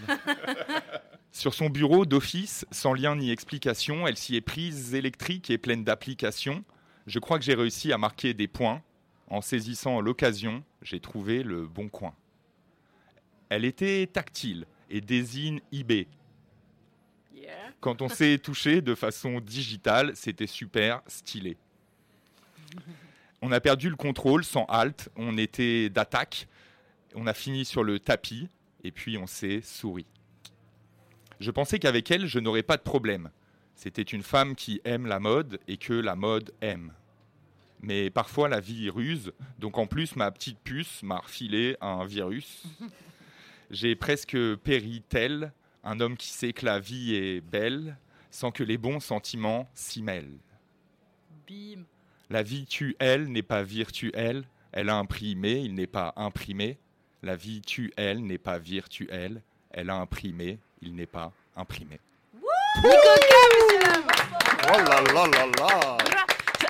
Speaker 8: Sur son bureau d'office, sans lien ni explication, elle s'y est prise électrique et pleine d'applications. Je crois que j'ai réussi à marquer des points. En saisissant l'occasion, j'ai trouvé le bon coin. Elle était tactile et désigne eBay. Quand on s'est touché de façon digitale, c'était super stylé. On a perdu le contrôle sans halte, on était d'attaque, on a fini sur le tapis et puis on s'est souri. Je pensais qu'avec elle, je n'aurais pas de problème. C'était une femme qui aime la mode et que la mode aime. Mais parfois la vie ruse, donc en plus ma petite puce m'a refilé un virus. J'ai presque péri tel un homme qui sait que la vie est belle sans que les bons sentiments s'y mêlent.
Speaker 6: Bim
Speaker 8: La vie tue, elle, n'est pas virtuelle. Elle a imprimé, il n'est pas imprimé. La virtuelle n'est pas virtuelle, elle a imprimé, il n'est pas imprimé.
Speaker 11: Oh là là là là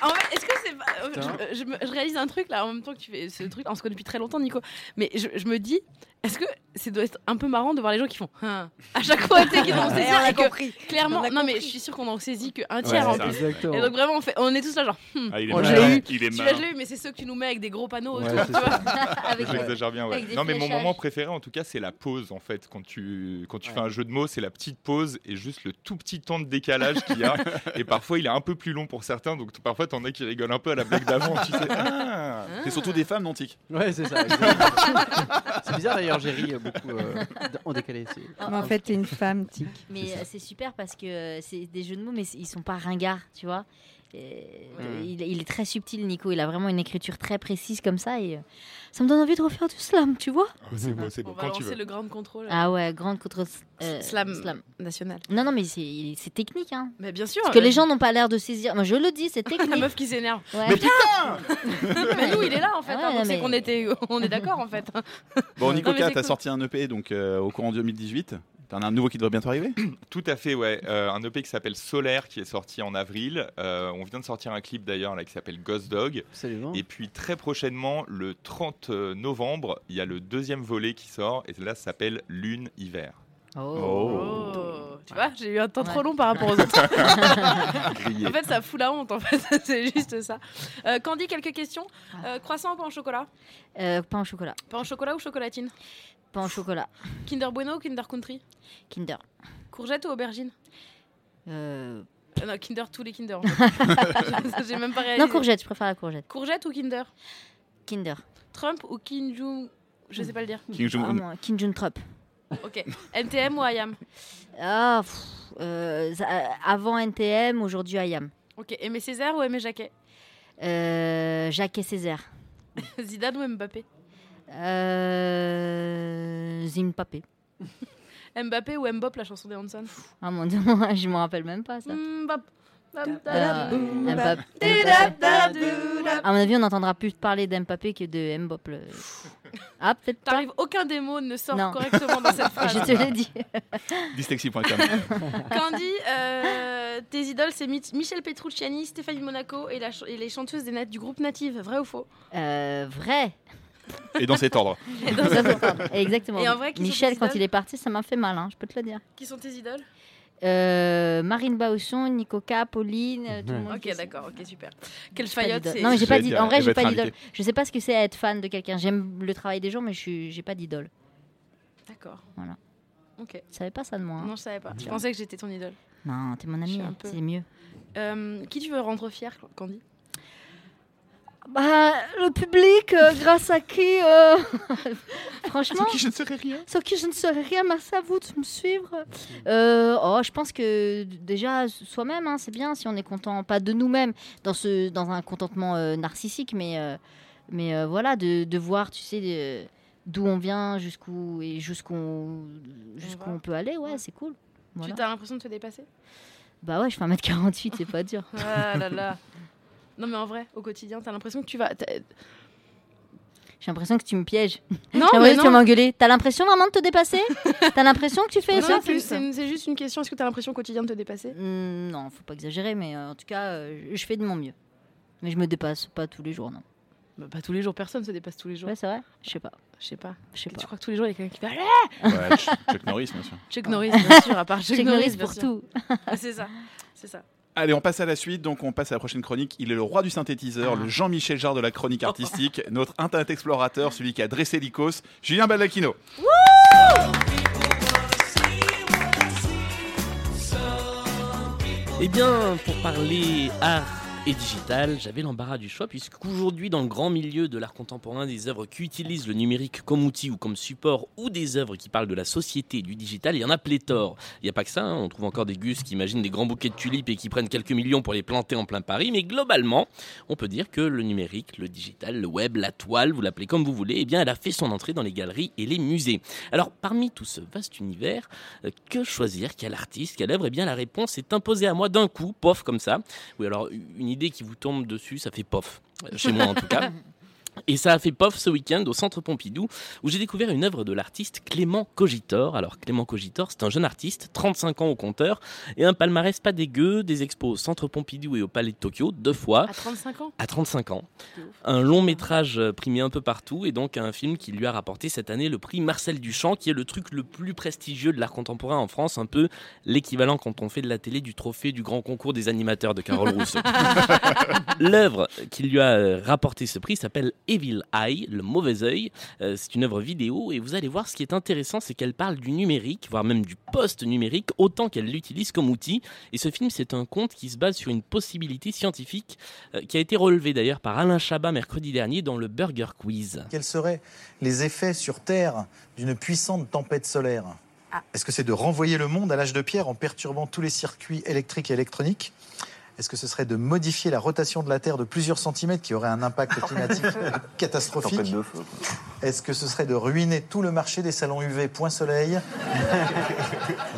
Speaker 6: En fait, Est-ce que c'est pas- euh,
Speaker 8: Putain.
Speaker 6: je, je me- je réalise un truc là en même temps que tu fais ce truc. On se connaît depuis très longtemps, Nico. Mais je, je me dis, est-ce que ça doit être un peu marrant de voir les gens qui font Hein à chaque fois, tu sais, qu'ils en
Speaker 1: Ah, Ouais,
Speaker 6: saisit
Speaker 1: on a
Speaker 6: et que
Speaker 1: compris.
Speaker 6: clairement,
Speaker 1: On a
Speaker 6: non mais je suis sûre qu'on en saisit que un
Speaker 1: Ouais,
Speaker 6: tiers en
Speaker 1: c'est ça.
Speaker 6: plus.
Speaker 1: Exactement.
Speaker 6: Et donc vraiment, on, fait, on est tous là genre. Hmm,
Speaker 8: Ah, il est
Speaker 6: bon, je
Speaker 8: malin.
Speaker 6: l'ai eu.
Speaker 8: Il est
Speaker 6: Celui-là,
Speaker 8: malin.
Speaker 6: je l'ai eu, mais c'est ceux que tu nous mets avec des gros panneaux.
Speaker 8: Ouais,
Speaker 6: autour,
Speaker 8: c'est
Speaker 6: tu
Speaker 8: <laughs> ça.
Speaker 6: vois. <laughs> Avec-
Speaker 8: J'exagère bien, ouais.
Speaker 6: avec des
Speaker 8: Non, mais mon
Speaker 6: fléchages.
Speaker 8: moment préféré, en tout cas, c'est la pause, en fait. Quand tu, quand tu fais un jeu de mots, c'est la petite pause et juste le tout petit temps de décalage
Speaker 11: <laughs>
Speaker 8: qu'il y a. et parfois, il est un peu plus long pour certains, donc t- parfois, t'en as qui rigolent un peu à la blague d'avant, tu sais. Ah.
Speaker 5: C'est surtout des femmes, non, Tic
Speaker 9: Ouais, c'est ça.
Speaker 8: <laughs>
Speaker 9: exactement. c'est bizarre d'ailleurs, j'ai ri euh, beaucoup euh, d- en décalé. c'est-
Speaker 1: Mais en fait, t'es une femme, tic.
Speaker 7: Ah, Mais euh, c'est super parce que euh, c'est des jeux de mots, mais c'est- ils sont pas ringards, tu vois. Et, euh,
Speaker 1: Mm.
Speaker 7: il, il est très subtil, Nico. Il a vraiment une écriture très précise comme ça. Et euh, ça me donne envie de refaire du slam, tu vois.
Speaker 8: c'est beau, c'est
Speaker 6: On va lancer le grand contrôle.
Speaker 7: Ah ouais, grande contre euh,
Speaker 6: Slam national.
Speaker 7: Non, non, mais c'est il- c'est technique. Hein.
Speaker 6: Mais bien sûr.
Speaker 7: Parce que
Speaker 6: euh,
Speaker 7: les gens n'ont pas l'air de saisir. Moi, je le dis, c'est technique.
Speaker 6: <laughs> La meuf qui s'énerve.
Speaker 7: Ouais.
Speaker 6: Mais putain <laughs> Mais nous, il est là en fait.
Speaker 7: Ouais,
Speaker 6: hein, donc
Speaker 7: mais-
Speaker 6: C'est qu'on était, on est d'accord en fait.
Speaker 5: Bon, Nico
Speaker 6: Non, mais
Speaker 5: K,
Speaker 6: c'est
Speaker 5: t'as
Speaker 6: cool.
Speaker 5: sorti un EP donc, euh, au courant 2018. T'en as un nouveau qui devrait bientôt arriver
Speaker 8: Tout à fait, ouais. Euh, un EP qui s'appelle Solaire, qui est sorti en avril. Euh, on vient de sortir un clip d'ailleurs là qui s'appelle Ghost Dog. Et puis très prochainement, le 30 novembre, il y a le deuxième volet qui sort, et là, ça s'appelle Lune Hiver.
Speaker 6: Oh. Tu vois, j'ai eu un temps trop long par rapport aux autres.
Speaker 8: Grillé.
Speaker 6: en fait, ça fout la honte. En fait, <laughs> c'est juste ça. Euh, Candy, quelques questions.
Speaker 7: Ah.
Speaker 6: Euh, croissant ou pain au chocolat
Speaker 7: Euh, pain au chocolat.
Speaker 6: Pain au chocolat ou chocolatine
Speaker 7: Pain au chocolat.
Speaker 6: Kinder Bueno ou Kinder Country
Speaker 7: Kinder.
Speaker 6: Courgette ou aubergine
Speaker 7: Euh,
Speaker 6: Euh, Non, Kinder, tous les
Speaker 7: <laughs>
Speaker 6: Kinder. en fait. <laughs> j'ai même pas réalisé.
Speaker 7: Non, courgette, je préfère la courgette.
Speaker 6: Courgette ou Kinder
Speaker 7: Kinder.
Speaker 6: Trump ou Kim Jong Je sais pas le dire.
Speaker 7: Kim Jong-un. Ah, moi, Kim Jong Trump.
Speaker 6: Ok. NTM ou IAM
Speaker 7: <laughs> Ah, pff, euh, ça- euh, avant NTM, aujourd'hui IAM.
Speaker 6: Ok. Aimé Césaire ou Aimé Jacquet <laughs>
Speaker 7: Euh, Jacques et Césaire.
Speaker 6: Zidane ou Mbappé
Speaker 7: Euh, Zimpapé.
Speaker 6: Mbappé ou Mbop, la chanson des Hanson
Speaker 7: Ah mon dieu, <laughs> moi, je m'en rappelle même pas ça.
Speaker 6: Mbop.
Speaker 7: Euh, Mbappé. À mon avis, on n'entendra plus parler d'Mbappé que de Mbop.
Speaker 6: <laughs>
Speaker 7: le- Ah, peut-être pas.
Speaker 6: T'arrives, aucun des mots ne sort
Speaker 7: Non.
Speaker 6: correctement dans
Speaker 7: <laughs>
Speaker 6: cette phrase.
Speaker 7: Je te l'ai dit.
Speaker 5: Dyslexie.com.
Speaker 6: Candy, euh, tes idoles, c'est Mich- Michel Petrucciani, Stéphanie Monaco et, la ch- et les chanteuses des nat- du groupe Native. Vrai ou faux
Speaker 7: Euh, vrai.
Speaker 5: Et dans cet ordre.
Speaker 7: <laughs> Exactement.
Speaker 6: Et en vrai, qui sont
Speaker 7: Michel,
Speaker 6: tes
Speaker 7: quand
Speaker 6: idoles
Speaker 7: il est parti, ça m'a fait mal, hein, je peux te le dire.
Speaker 6: Qui sont tes idoles
Speaker 7: Euh, Marine Bausson, Nico K, Pauline, euh, tout le monde.
Speaker 6: Mhm. Ok, d'accord, ok, super. Quelle
Speaker 7: Pas
Speaker 6: faillotte
Speaker 7: d'idole.
Speaker 6: c'est
Speaker 7: Non, mais j'ai pas
Speaker 5: J'allais
Speaker 7: d'idole.
Speaker 5: dire,
Speaker 7: En vrai,
Speaker 5: elle va
Speaker 7: j'ai
Speaker 5: être
Speaker 7: pas d'idole.
Speaker 5: invitée.
Speaker 7: Je sais pas ce que c'est être fan de quelqu'un. J'aime le travail des gens, mais je suis- j'ai pas d'idole.
Speaker 6: D'accord,
Speaker 7: Voilà.
Speaker 6: ok.
Speaker 7: Tu savais pas ça de moi hein
Speaker 6: Non, je savais pas. Je
Speaker 7: Non.
Speaker 6: pensais que j'étais ton idole.
Speaker 7: Non, t'es mon ami,
Speaker 6: suis un
Speaker 7: hein,
Speaker 6: peu-
Speaker 7: c'est mieux.
Speaker 6: Euh, qui tu veux rendre fier, Candy
Speaker 7: Bah, le public, euh, grâce à qui euh, <laughs> Franchement.
Speaker 11: Sans qui je
Speaker 7: ne serais rien. Sans qui je ne serais rien. Merci à vous de me suivre. Euh, oh, je pense que d- déjà, soi-même, hein, c'est bien si on est content, pas de nous-mêmes, dans, ce, dans un contentement euh, narcissique, mais, euh, mais euh, voilà, de, de voir, tu sais, de- d'où on vient jusqu'où et jusqu'où jusqu'où on peut aller. Ouais, c'est cool. Voilà.
Speaker 6: Tu as l'impression de te
Speaker 7: <laughs>
Speaker 6: dépasser
Speaker 7: Bah ouais, je fais 1m48, c'est pas dur.
Speaker 6: Ah là là. Non, mais en vrai, au quotidien, t'as l'impression que tu vas. t'as-
Speaker 7: J'ai l'impression que tu me pièges.
Speaker 6: Non,
Speaker 7: J'ai
Speaker 6: mais
Speaker 7: l'impression que tu vas
Speaker 6: non.
Speaker 7: m'engueuler. T'as l'impression vraiment de te
Speaker 6: <laughs>
Speaker 7: dépasser T'as l'impression que tu fais
Speaker 6: Non,
Speaker 7: ça Hmm,
Speaker 6: non, c'est- c'est une- c'est juste une question. Est-ce que t'as l'impression au quotidien de te dépasser
Speaker 7: Non, faut pas exagérer, mais euh, en tout cas, euh, je fais de mon mieux. Mais je me dépasse pas tous les jours, non.
Speaker 6: Bah, pas tous les jours, personne se dépasse tous les jours.
Speaker 7: Ouais, c'est vrai Je sais pas.
Speaker 6: Je sais pas.
Speaker 7: Je sais pas.
Speaker 6: Tu crois que tous les jours, il y a
Speaker 7: <laughs>
Speaker 6: quelqu'un qui fait Ah, Allez
Speaker 5: Ouais, Ch- Chuck Norris, bien sûr.
Speaker 6: Chuck Norris, bien sûr, à part
Speaker 7: <laughs>
Speaker 6: Chuck,
Speaker 7: Ah. Chuck Norris
Speaker 6: bien
Speaker 7: pour
Speaker 6: sûr.
Speaker 7: tout.
Speaker 6: Ah, c'est ça, c'est ça.
Speaker 5: Allez, on passe à la suite. Donc, on passe à la prochaine chronique. Il est le roi du synthétiseur,
Speaker 6: Ah.
Speaker 5: le Jean-Michel Jarre de
Speaker 6: <laughs>
Speaker 5: la chronique artistique, notre internet explorateur, celui qui a dressé l'icos, Julien Baldacchino.
Speaker 12: Eh bien, pour parler art et digital, j'avais l'embarras du choix puisqu'aujourd'hui, dans le grand milieu de l'art contemporain, des œuvres qui utilisent le numérique comme outil ou comme support ou des œuvres qui parlent de la société et du digital, il y en a pléthore. Il n'y a pas que ça, hein. on trouve encore des gus qui imaginent des grands bouquets de tulipes et qui prennent quelques millions pour les planter en plein Paris, mais globalement, on peut dire que le numérique, le digital, le web, la toile, vous l'appelez comme vous voulez, eh bien, elle a fait son entrée dans les galeries et les musées. Alors, parmi tout ce vaste univers, euh, que choisir Quel artiste Quelle œuvre Eh bien, la réponse est imposée à moi d'un coup, pof, comme ça. Oui, alors, une idée qui vous tombe dessus, ça fait pof, Euh, chez moi en tout cas. Et ça a fait pof ce week-end au Centre Pompidou, où j'ai découvert une œuvre de l'artiste Clément Cogitor. Alors Clément Cogitor, c'est un jeune artiste, 35 ans au compteur, et un palmarès pas dégueu, des expos au Centre Pompidou et au Palais de Tokyo, deux fois.
Speaker 6: À 35 ans
Speaker 12: À 35 ans. Un long métrage euh, primé un peu partout, et donc un film qui lui a rapporté cette année le prix Marcel Duchamp, qui est le truc le plus prestigieux de l'art contemporain en France, un peu l'équivalent quand on fait de la télé du trophée du grand concours des animateurs de Carole
Speaker 6: <laughs>
Speaker 12: Rousseau. <laughs> L'œuvre qui lui a euh, rapporté ce prix s'appelle Evil Eye, le mauvais œil. Euh, c'est une œuvre vidéo et vous allez voir ce qui est intéressant, c'est qu'elle parle du numérique, voire même du post-numérique, autant qu'elle l'utilise comme outil. Et ce film, c'est un conte qui se base sur une possibilité scientifique euh, qui a été relevée d'ailleurs par Alain Chabat mercredi dernier dans le Burger Quiz.
Speaker 13: <laughs> Quels seraient les effets sur Terre d'une puissante tempête solaire Est-ce que c'est de renvoyer le monde à l'âge de pierre en perturbant tous les circuits électriques et électroniques est-ce que ce serait de modifier la rotation de la Terre de plusieurs centimètres qui aurait un impact climatique catastrophique Est-ce que ce serait de ruiner tout le marché des salons UV point soleil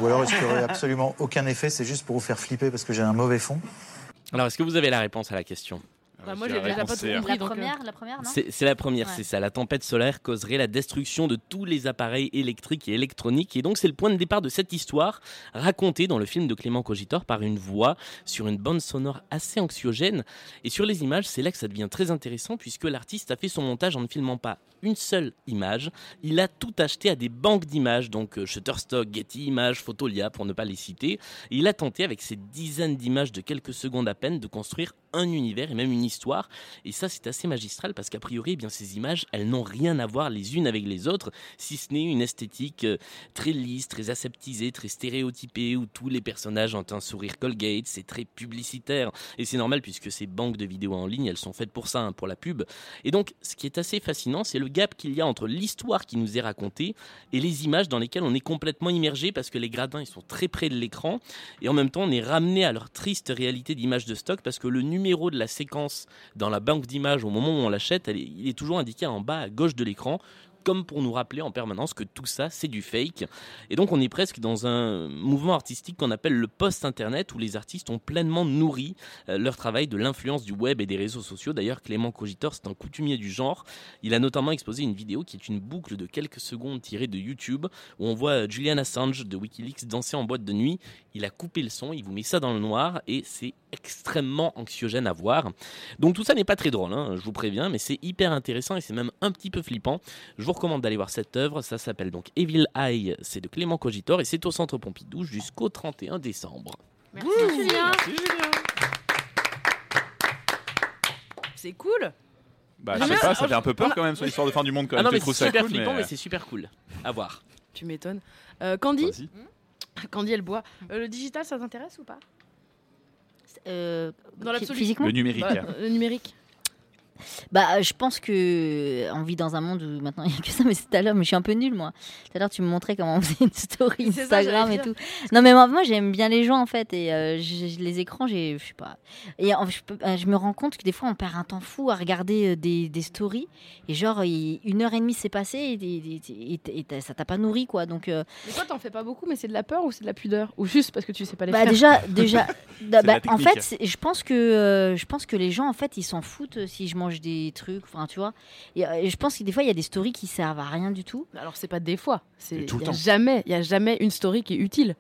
Speaker 13: Ou alors est-ce qu'il n'y aurait absolument aucun effet C'est juste pour vous faire flipper parce que j'ai un mauvais fond
Speaker 12: Alors, est-ce que vous avez la réponse à la question
Speaker 5: Ah,
Speaker 6: Bah, moi, j'ai déjà pas tout compris. euh,
Speaker 7: La première, la première, non
Speaker 12: C'est c'est la première,
Speaker 7: Ouais.
Speaker 12: c'est ça. La tempête solaire causerait la destruction de tous les appareils électriques et électroniques. Et donc, c'est le point de départ de cette histoire, racontée dans le film de Clément Cogitor par une voix sur une bande sonore assez anxiogène. Et sur les images, c'est là que ça devient très intéressant, puisque l'artiste a fait son montage en ne filmant pas une seule image. Il a tout acheté à des banques d'images, donc euh, Shutterstock, Getty Images, Photolia, pour ne pas les citer. Et il a tenté, avec ces dizaines d'images de quelques secondes à peine, de construire un univers et même une histoire. Et ça, c'est assez magistral parce qu'a priori, eh bien, ces images, elles n'ont rien à voir les unes avec les autres, si ce n'est une esthétique euh, très lisse, très aseptisée, très stéréotypée, où tous les personnages ont un sourire Colgate, c'est très publicitaire. Et c'est normal puisque ces banques de vidéos en ligne, elles sont faites pour ça, hein, pour la pub. Et donc, ce qui est assez fascinant, c'est le gap qu'il y a entre l'histoire qui nous est racontée et les images dans lesquelles on est complètement immergé parce que les gradins, ils sont très près de l'écran. Et en même temps, on est ramené à leur triste réalité d'image de stock parce que le numéro de la séquence dans la banque d'images au moment où on l'achète, elle est- il est toujours indiqué en bas à gauche de l'écran comme pour nous rappeler en permanence que tout ça, c'est du fake. Et donc, on est presque dans un mouvement artistique qu'on appelle le post-internet, où les artistes ont pleinement nourri euh, leur travail de l'influence du web et des réseaux sociaux. D'ailleurs, Clément Cogitor, c'est un coutumier du genre. Il a notamment exposé une vidéo qui est une boucle de quelques secondes tirée de YouTube, où on voit euh, Julian Assange de Wikileaks danser en boîte de nuit. Il a coupé le son, il vous met ça dans le noir, et c'est extrêmement anxiogène à voir. Donc tout ça n'est pas très drôle, hein, je vous préviens, mais c'est hyper intéressant et c'est même un petit peu flippant. Je vous recommande d'aller voir cette œuvre, ça s'appelle donc Evil Eye, c'est de Clément Cogitor et c'est au Centre Pompidou jusqu'au 31 décembre.
Speaker 6: Merci, Julien. C'est cool.
Speaker 5: Bah, je sais pas, ça fait un peu peur quand même, son histoire de fin du monde quand
Speaker 12: Ah
Speaker 5: même.
Speaker 12: non,
Speaker 5: Je
Speaker 12: mais
Speaker 5: trouve
Speaker 12: c'est
Speaker 5: ça
Speaker 12: super
Speaker 5: cool,
Speaker 12: flippant, mais c'est super cool. À voir.
Speaker 6: Tu m'étonnes. Euh, Candy <laughs> Candy, elle boit. Euh, le digital, ça t'intéresse ou pas Dans l'absolu.
Speaker 7: physiquement Le numérique.
Speaker 6: euh, Bah, euh, le numérique.
Speaker 7: Bah, euh, je pense que euh, on vit dans un monde où maintenant <laughs> il n'y a que ça, mais c'est tout à l'heure, mais je suis un peu nulle moi. Tout à l'heure, tu me montrais comment on faisait une story
Speaker 14: C'est ça,
Speaker 7: Instagram
Speaker 14: j'allais
Speaker 7: et
Speaker 14: dire.
Speaker 7: tout. Non, mais moi, moi, j'aime bien les gens en fait, et euh, j'ai- j'ai- les écrans, j'ai- je sais pas. Et en- je, peux- euh, je me rends compte que des fois, on perd un temps fou à regarder euh, des, des stories, et genre, il- une heure et demie s'est passée, et, et- et- et- et t'as- ça t'a pas nourri quoi. Donc, euh,
Speaker 6: Mais toi, t'en fais pas beaucoup, mais c'est de la peur ou c'est de la pudeur Ou juste parce que tu sais pas les
Speaker 7: bah,
Speaker 6: faire <laughs>
Speaker 7: déjà, déjà, bah,
Speaker 6: C'est la
Speaker 7: en
Speaker 6: technique.
Speaker 7: fait, c'est- je pense que euh, je pense que les gens en fait ils s'en foutent euh, si je mange des trucs, enfin tu vois. Et, euh, et je pense que des fois il y a des stories qui servent à rien du tout.
Speaker 6: Alors c'est pas des fois, c'est
Speaker 7: tout le
Speaker 6: y a
Speaker 7: temps.
Speaker 6: Jamais, il y a jamais une story qui est utile.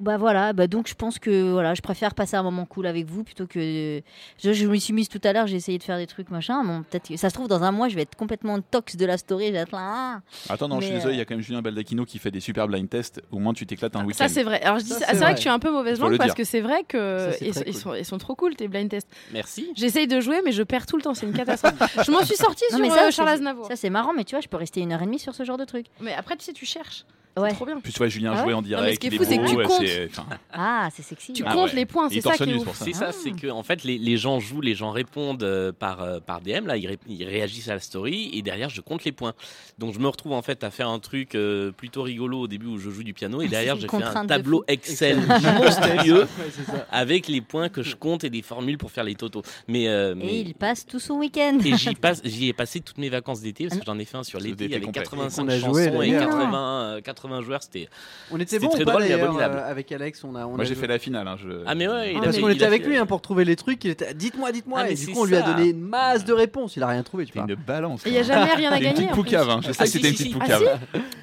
Speaker 7: Bah voilà, bah donc je pense que voilà, je préfère passer un moment cool avec vous plutôt que je, je me suis mise tout à l'heure, j'ai essayé de faire des trucs machin, bon peut-être que ça se trouve dans un mois je vais être complètement tox de la story, je vais être là. ah.
Speaker 5: Attends, non, je suis
Speaker 7: Mais,
Speaker 5: désolé, il
Speaker 7: euh,
Speaker 5: y a quand même Julien Baldacchino qui fait des super blind tests. Au moins, tu t'éclates un week-end.
Speaker 6: Ah, Ça c'est vrai. Alors je dis,
Speaker 7: Ça,
Speaker 6: ça-
Speaker 7: c'est
Speaker 6: c'est vrai
Speaker 7: vrai.
Speaker 6: que je suis un peu mauvaise
Speaker 5: Faut
Speaker 6: langue
Speaker 5: le
Speaker 6: parce
Speaker 5: dire.
Speaker 6: que c'est vrai que
Speaker 5: Ça, c'est
Speaker 6: ils,
Speaker 5: très
Speaker 6: ils
Speaker 5: cool.
Speaker 6: sont, ils sont trop cool tes blind tests.
Speaker 12: Merci.
Speaker 6: J'essaye de jouer mais je perds tout le temps, c'est une catastrophe. <laughs> je m'en suis sortie
Speaker 7: Non,
Speaker 6: sur
Speaker 7: mais
Speaker 6: euh,
Speaker 7: ça, c'est-
Speaker 6: Charles Aznavour.
Speaker 7: Ça c'est marrant, mais tu vois, je peux rester une heure et demie sur ce genre de truc.
Speaker 6: Mais après tu sais tu cherches.
Speaker 7: Ouais.
Speaker 6: Trop bien.
Speaker 5: Puis tu vois Julien
Speaker 7: Ah
Speaker 5: jouer
Speaker 7: ouais Non,
Speaker 5: en
Speaker 7: mais
Speaker 5: direct.
Speaker 7: ce qui est
Speaker 5: il
Speaker 7: fou, c'est que
Speaker 5: beau,
Speaker 7: tu
Speaker 5: ouais,
Speaker 7: comptes.
Speaker 5: enfin,
Speaker 7: Ah, c'est sexy.
Speaker 6: Tu comptes les points, c'est ça qui est ouf.
Speaker 12: C'est
Speaker 7: hein.
Speaker 12: ça, c'est que en fait les, les gens jouent, les gens répondent euh, par euh, par DM là, ils, ré- ils réagissent à la story et derrière je compte les points. Donc je me retrouve en fait à faire un truc euh, plutôt rigolo au début où je joue du piano et derrière
Speaker 5: une
Speaker 12: j'ai fait un
Speaker 5: contrainte de
Speaker 12: tableau
Speaker 5: fou.
Speaker 12: Excel
Speaker 5: Excel.
Speaker 12: monstrueux
Speaker 5: Ouais, c'est ça.
Speaker 12: avec les points que je compte et des formules pour faire les totaux. Mais, euh,
Speaker 7: Et
Speaker 12: mais-
Speaker 7: il passe tout son week-end.
Speaker 12: et
Speaker 7: <laughs>
Speaker 12: j'y passe, j'y ai passé toutes mes vacances d'été parce que j'en ai fait un sur l'été
Speaker 5: d'été
Speaker 12: avec
Speaker 5: complet.
Speaker 12: 85
Speaker 9: On a
Speaker 12: chansons
Speaker 9: joué,
Speaker 12: et
Speaker 9: d'ailleurs.
Speaker 12: 80, euh, 80 joueurs, c'était
Speaker 9: On était
Speaker 12: c'était
Speaker 9: bon
Speaker 12: très
Speaker 9: ou pas
Speaker 12: drôle et
Speaker 9: d'ailleurs
Speaker 12: abominable.
Speaker 9: euh, avec Alex on a, on
Speaker 5: Moi,
Speaker 9: a
Speaker 5: j'ai
Speaker 9: joué.
Speaker 5: fait la finale, hein, je-
Speaker 12: Ah, mais ouais, il a
Speaker 9: parce
Speaker 12: fait-
Speaker 9: qu'on
Speaker 12: il
Speaker 9: était
Speaker 12: a
Speaker 9: avec
Speaker 12: fait-
Speaker 9: lui hein, pour trouver les trucs. Il était dites-moi, dites-moi.
Speaker 12: Ah, mais
Speaker 9: et du
Speaker 12: c'est
Speaker 9: coup on lui a
Speaker 12: ça.
Speaker 9: donné une masse de réponses. Il a rien trouvé. Tu vois.
Speaker 5: Une balance.
Speaker 6: Et il n'y a jamais rien à gagner. en plus.
Speaker 12: Ah, si, si, si. Sur
Speaker 6: Ah,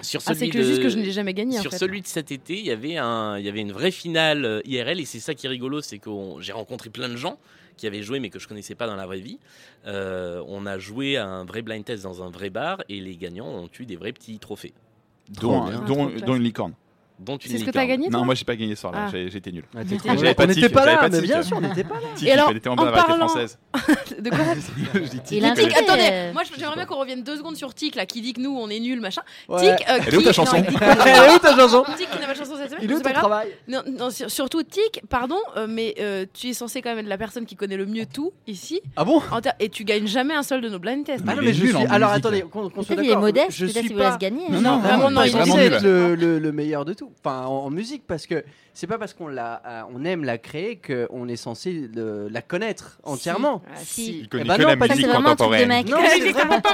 Speaker 6: c'est
Speaker 12: celui
Speaker 6: que juste
Speaker 12: de-
Speaker 6: que je ne l'ai jamais gagné, en
Speaker 12: Sur
Speaker 6: fait.
Speaker 12: celui de cet été, il y avait un, il y avait une vraie finale euh, IRL et c'est ça qui est rigolo, c'est que j'ai rencontré plein de gens qui avaient joué mais que je connaissais pas dans la vraie vie. Euh, on a joué à un vrai blind test dans un vrai bar et les gagnants ont eu des vrais petits trophées.
Speaker 5: Dont- Trop bien.
Speaker 6: Ah,
Speaker 5: dont-
Speaker 12: Trop
Speaker 5: dont
Speaker 12: classe.
Speaker 5: une licorne.
Speaker 12: Dont une
Speaker 6: C'est ce que
Speaker 12: licorne.
Speaker 6: t'as gagné, toi
Speaker 5: Non, moi, j'ai pas gagné ce soir-là,
Speaker 6: Ah.
Speaker 5: j'ai- j'étais nul.
Speaker 12: Ah,
Speaker 6: t'étais
Speaker 5: J'avais
Speaker 6: nul.
Speaker 5: pas
Speaker 6: On
Speaker 5: de
Speaker 6: était
Speaker 5: tic,
Speaker 6: pas
Speaker 5: j'avais
Speaker 6: là,
Speaker 5: pas de
Speaker 6: mais
Speaker 5: tic.
Speaker 6: bien sûr, on était pas là.
Speaker 5: Tic,
Speaker 6: Et alors,
Speaker 5: elle était en
Speaker 6: en
Speaker 5: bas, elle était
Speaker 6: parlant-
Speaker 5: française.
Speaker 6: <laughs>
Speaker 9: <laughs>
Speaker 6: De quoi
Speaker 5: Je dis tic.
Speaker 7: a
Speaker 6: Tic,
Speaker 7: intérêt.
Speaker 6: attendez, moi j'aimerais bien qu'on revienne deux secondes sur Tic là, qui dit que nous on est nuls machin.
Speaker 9: Ouais.
Speaker 6: Tic, euh,
Speaker 9: Elle est où
Speaker 6: qui-
Speaker 9: ta chanson
Speaker 6: non, il dit pas-
Speaker 9: Elle est où ta chanson
Speaker 6: Tic qui n'a pas de chanson cette semaine.
Speaker 9: Il est
Speaker 6: mais
Speaker 9: où ton
Speaker 6: c'est pas grave.
Speaker 9: travail
Speaker 6: Non, non, sur- surtout Tic, pardon, euh, mais euh, tu es censé quand même être la personne qui connaît le mieux tout ici.
Speaker 9: Ah bon
Speaker 6: En ter- Et tu gagnes jamais un seul de nos blind tests.
Speaker 9: Ah non, mais je suis. Alors attendez, qu'on qu'on soit
Speaker 7: Peut-être
Speaker 9: d'accord.
Speaker 7: il est modeste,
Speaker 9: je
Speaker 7: peut-être
Speaker 9: suis
Speaker 7: il vous
Speaker 9: pas-
Speaker 7: laisse gagner.
Speaker 9: Non, non,
Speaker 6: Vraiment,
Speaker 9: vraiment,
Speaker 6: non,
Speaker 9: non,
Speaker 6: il est
Speaker 9: il
Speaker 6: nul.
Speaker 9: est le, le, le meilleur de tout. Enfin, en, en musique, parce que c'est pas parce qu'on la, euh, on aime la créer qu'on est censé le- la connaître entièrement.
Speaker 7: Ah, si.
Speaker 8: Il connaît
Speaker 9: Eh ben
Speaker 8: que
Speaker 9: non,
Speaker 8: la
Speaker 9: pas du
Speaker 8: musique
Speaker 9: tout.
Speaker 8: contemporaine.
Speaker 9: <laughs> Non, c'est vraiment pas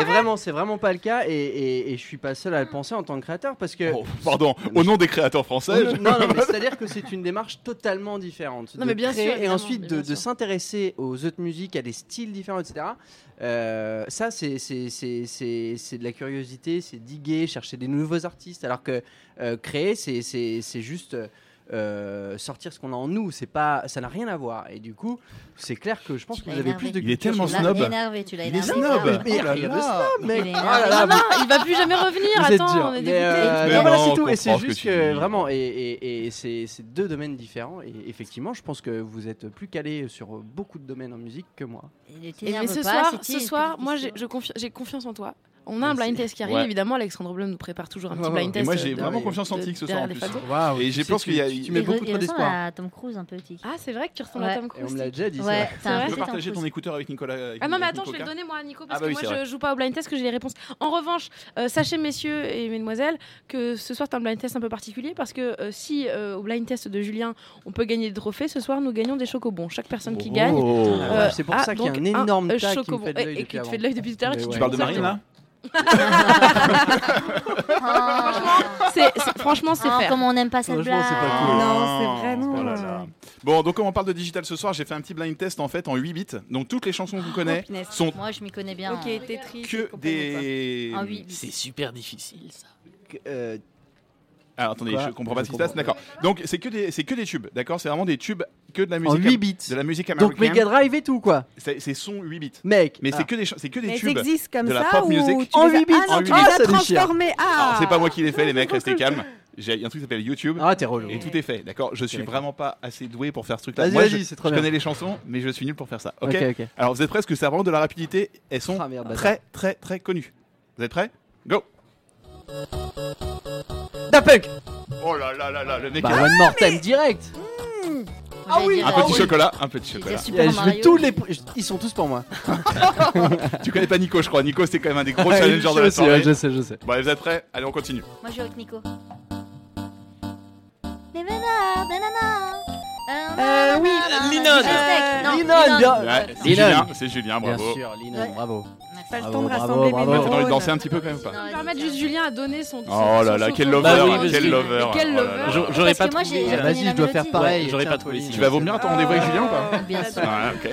Speaker 9: Et vraiment, c'est vraiment pas le cas. Et, et, et je suis pas seul à le penser en tant que créateur, parce que.
Speaker 5: Pardon, au nom des créateurs français.
Speaker 9: Non,
Speaker 5: je-
Speaker 13: <laughs>
Speaker 9: non, non, mais c'est-à-dire que c'est une démarche totalement différente.
Speaker 6: Non,
Speaker 9: de
Speaker 6: mais bien
Speaker 9: créer
Speaker 6: sûr,
Speaker 9: Et
Speaker 6: évidemment,
Speaker 9: ensuite
Speaker 6: mais
Speaker 9: de,
Speaker 6: bien
Speaker 9: de s'intéresser aux autres musiques, à des styles différents, etc. Euh, ça, c'est c'est- c'est- c'est- c'est de la curiosité, c'est diguer, chercher des nouveaux artistes. Alors que euh, créer, c'est- c'est c'est juste. euh, sortir ce qu'on a en nous, c'est pas, ça n'a rien à voir. Et du coup, c'est clair que je pense que vous avez plus de.
Speaker 5: Il est
Speaker 9: culture
Speaker 5: tellement
Speaker 9: sur-
Speaker 5: snob.
Speaker 7: Tu l'as énervé, tu l'as
Speaker 9: Il est
Speaker 7: énervé.
Speaker 9: snob.
Speaker 7: grave.
Speaker 9: Mais
Speaker 7: Oh là
Speaker 9: il est
Speaker 7: là.
Speaker 9: snob, mec.
Speaker 7: Il est
Speaker 9: Oh
Speaker 7: énervé.
Speaker 9: là là,
Speaker 6: Ah non, il va plus jamais revenir.
Speaker 9: Vous êtes
Speaker 6: Attends,
Speaker 9: dur.
Speaker 6: on est
Speaker 9: Mais,
Speaker 6: dégoûté.
Speaker 9: euh,
Speaker 5: Mais
Speaker 9: non, voilà,
Speaker 5: non,
Speaker 9: c'est tout.
Speaker 5: on
Speaker 9: Et
Speaker 5: comprend
Speaker 9: c'est
Speaker 5: ce
Speaker 9: juste
Speaker 5: que
Speaker 9: que,
Speaker 5: tu dis.
Speaker 9: vraiment, et, et- et c'est c'est deux domaines différents. Et effectivement, je pense que vous êtes plus calé sur beaucoup de domaines en musique que moi.
Speaker 5: Ah,
Speaker 7: Il
Speaker 6: Et
Speaker 7: t'énerve
Speaker 6: mais ce
Speaker 7: pas,
Speaker 6: soir,
Speaker 7: c'est-il
Speaker 6: ce
Speaker 7: une
Speaker 6: soir,
Speaker 7: petite
Speaker 6: moi j'ai
Speaker 7: question.
Speaker 6: je confi- j'ai confiance en toi. On a un blind test qui arrive,
Speaker 5: Ouais.
Speaker 6: évidemment. Alexandre Blum nous prépare toujours un petit
Speaker 5: Ouais, ouais.
Speaker 6: blind test.
Speaker 5: Et moi, j'ai
Speaker 6: de-
Speaker 5: vraiment
Speaker 6: de-
Speaker 5: confiance en
Speaker 6: de-
Speaker 5: Tic ce soir
Speaker 6: derrière
Speaker 5: en
Speaker 6: les
Speaker 5: plus.
Speaker 6: photos.
Speaker 9: Waouh,
Speaker 5: Et j'ai
Speaker 9: tu sais,
Speaker 5: pense qu'il y a.
Speaker 9: tu- tu
Speaker 7: Il
Speaker 9: mets beaucoup
Speaker 7: re-
Speaker 9: trop
Speaker 7: il ressemble
Speaker 9: d'espoir.
Speaker 7: à Tom Cruise un peu, Tic.
Speaker 6: euh, Ah, c'est vrai que tu ressembles
Speaker 7: Ouais.
Speaker 6: à
Speaker 9: Et
Speaker 6: Tom
Speaker 9: on
Speaker 6: Cruise.
Speaker 9: me l'a déjà dit.
Speaker 7: Ouais,
Speaker 9: ça.
Speaker 7: t'as un
Speaker 5: Tu
Speaker 7: peu
Speaker 5: peux partager ton
Speaker 7: Cruise.
Speaker 5: écouteur avec Nicolas. avec
Speaker 6: Ah non, mais
Speaker 5: Nico
Speaker 6: attends, je vais le
Speaker 5: Coca
Speaker 6: donner moi à Nico
Speaker 5: Ah
Speaker 6: parce
Speaker 5: bah oui,
Speaker 6: que
Speaker 5: c'est
Speaker 6: moi je
Speaker 5: vrai.
Speaker 6: joue pas au blind test que j'ai les réponses. En revanche, euh, sachez messieurs et mesdemoiselles que ce soir c'est un blind test un peu particulier parce que euh, si euh, au blind test de Julien on peut gagner des trophées, ce soir nous gagnons des chocobons. Chaque personne qui gagne.
Speaker 9: Oh.
Speaker 6: euh,
Speaker 9: Ouais, c'est pour
Speaker 6: a
Speaker 9: ça qu'il y a
Speaker 6: donc
Speaker 9: un énorme
Speaker 6: euh,
Speaker 9: tas qui me
Speaker 6: chocobon.
Speaker 9: fait de l'œil
Speaker 6: Et- et
Speaker 9: depuis
Speaker 6: qui te fait
Speaker 9: avant.
Speaker 6: de l'œil depuis tout à l'heure.
Speaker 9: Mais
Speaker 6: et qui
Speaker 9: ouais.
Speaker 5: Tu
Speaker 6: te
Speaker 5: parles de
Speaker 6: fait
Speaker 5: Marine là
Speaker 6: C'est- c'est- Franchement, c'est
Speaker 7: Ah,
Speaker 6: faire.
Speaker 7: Comment on n'aime pas cette
Speaker 1: Oh,
Speaker 9: Franchement,
Speaker 7: blague.
Speaker 9: c'est pas cool.
Speaker 1: Non, c'est
Speaker 5: Oh
Speaker 1: vraiment.
Speaker 5: là
Speaker 1: euh,
Speaker 5: là. Bon, donc comme on parle de digital ce soir, j'ai fait un petit blind test en fait en 8 bits. Donc toutes les chansons qu'on connaît
Speaker 1: Oh, punaise.
Speaker 5: sont
Speaker 7: Oh, Moi, je m'y connais bien.
Speaker 1: Ok, Tetris. et
Speaker 5: que
Speaker 1: compagnie, quoi.
Speaker 5: des.
Speaker 7: En huit bits.
Speaker 12: C'est super difficile ça.
Speaker 9: Euh,
Speaker 5: Alors attendez,
Speaker 9: Quoi
Speaker 5: je comprends pas
Speaker 9: Je
Speaker 5: ce qui se passe.
Speaker 9: comprends.
Speaker 5: D'accord. Donc c'est que des, c'est que des tubes. D'accord, c'est vraiment des tubes que de la
Speaker 9: En
Speaker 5: musique.
Speaker 9: 8 bits.
Speaker 5: De la musique
Speaker 9: Donc
Speaker 5: américaine.
Speaker 9: Mega Drive et tout quoi.
Speaker 5: c'est, c'est son 8 bits.
Speaker 9: Mec.
Speaker 5: Mais
Speaker 9: ah.
Speaker 5: c'est que des, cha- c'est que des
Speaker 1: Mais elles
Speaker 5: tubes.
Speaker 1: existent comme
Speaker 5: de la
Speaker 1: ça
Speaker 5: pop
Speaker 1: ou
Speaker 5: music.
Speaker 1: tu
Speaker 9: En
Speaker 1: les as-
Speaker 9: huit bits.
Speaker 1: Ah non,
Speaker 5: En
Speaker 1: tu
Speaker 7: Oh,
Speaker 5: huit
Speaker 1: les as
Speaker 9: bits.
Speaker 7: hein.
Speaker 1: transformés.
Speaker 5: Alors
Speaker 1: Ah
Speaker 5: c'est pas moi qui l'ai fait, les
Speaker 1: <laughs>
Speaker 5: mecs, restez calmes. J'ai il y a un truc qui s'appelle YouTube.
Speaker 9: Ah, t'es relou.
Speaker 5: Et tout est fait, d'accord Je suis
Speaker 9: D'accord.
Speaker 5: vraiment pas assez doué pour faire ce truc-là.
Speaker 9: Vas-y,
Speaker 5: Moi,
Speaker 9: vas-y,
Speaker 5: je,
Speaker 9: c'est trop
Speaker 5: je
Speaker 9: bien.
Speaker 5: connais les chansons, mais je suis nul pour faire ça. Ok,
Speaker 9: Ok, ok.
Speaker 5: Alors, vous êtes prêts Parce que c'est vraiment de la rapidité. Elles sont
Speaker 9: Ah, merde,
Speaker 5: très, très, très connues. Vous êtes prêts Go
Speaker 9: Da Punk.
Speaker 5: Oh là là là là, le mec
Speaker 9: Bah
Speaker 5: a-
Speaker 9: One More Time direct.
Speaker 7: Ah oui,
Speaker 5: Un petit chocolat, un petit chocolat.
Speaker 7: Super
Speaker 9: Eh, je veux
Speaker 7: Mario.
Speaker 9: tous <laughs> les. pr- je- Ils sont tous pour moi.
Speaker 5: <laughs> Ah, Tu connais pas Nico, je crois. Nico, c'est quand même un des gros
Speaker 9: Ouais,
Speaker 5: challengers de la
Speaker 9: Ah, je sais,
Speaker 5: soirée.
Speaker 9: ouais, Je sais, je sais.
Speaker 5: Bon, allez, vous êtes prêts Allez, on continue.
Speaker 1: Oh,
Speaker 7: Moi, je joue avec Nico. Les bananes, bananes.
Speaker 1: Euh, oui,
Speaker 12: Linon.
Speaker 7: Non,
Speaker 9: Linon, Euh, bien.
Speaker 5: Ouais, c'est
Speaker 9: Dylan.
Speaker 5: Julien, c'est Julien,
Speaker 9: Bien
Speaker 5: bravo.
Speaker 9: sûr, Lino,
Speaker 7: Ouais.
Speaker 9: bravo.
Speaker 1: pas le
Speaker 9: Bravo,
Speaker 1: temps de
Speaker 9: bravo,
Speaker 1: rassembler mes
Speaker 9: bravo.
Speaker 5: T'as envie de
Speaker 1: neurones.
Speaker 5: danser un petit peu quand même ou pas
Speaker 7: Non,
Speaker 6: Je vais permettre juste Julien à donner son.
Speaker 5: Oh
Speaker 6: son-
Speaker 5: là
Speaker 6: son-
Speaker 5: là,
Speaker 6: son-
Speaker 5: quel
Speaker 6: son-
Speaker 5: lover,
Speaker 12: Bah oui,
Speaker 5: quel
Speaker 12: parce que-
Speaker 5: lover.
Speaker 6: mais quel
Speaker 5: oh là là.
Speaker 6: lover.
Speaker 12: J'a- J'aurais
Speaker 7: Parce
Speaker 12: pas
Speaker 7: que moi,
Speaker 12: trouvé.
Speaker 7: j'ai-
Speaker 12: euh,
Speaker 7: j'ai-
Speaker 9: Vas-y, je dois faire
Speaker 7: Ouais,
Speaker 9: pareil.
Speaker 12: j'aurais
Speaker 9: Tiens,
Speaker 12: pas trouvé,
Speaker 9: Pauline. Ah.
Speaker 5: Tu vas vomir à ton rendez-vous avec Julien ou pas
Speaker 7: Bien sûr.
Speaker 5: Ouais, Ah, ok.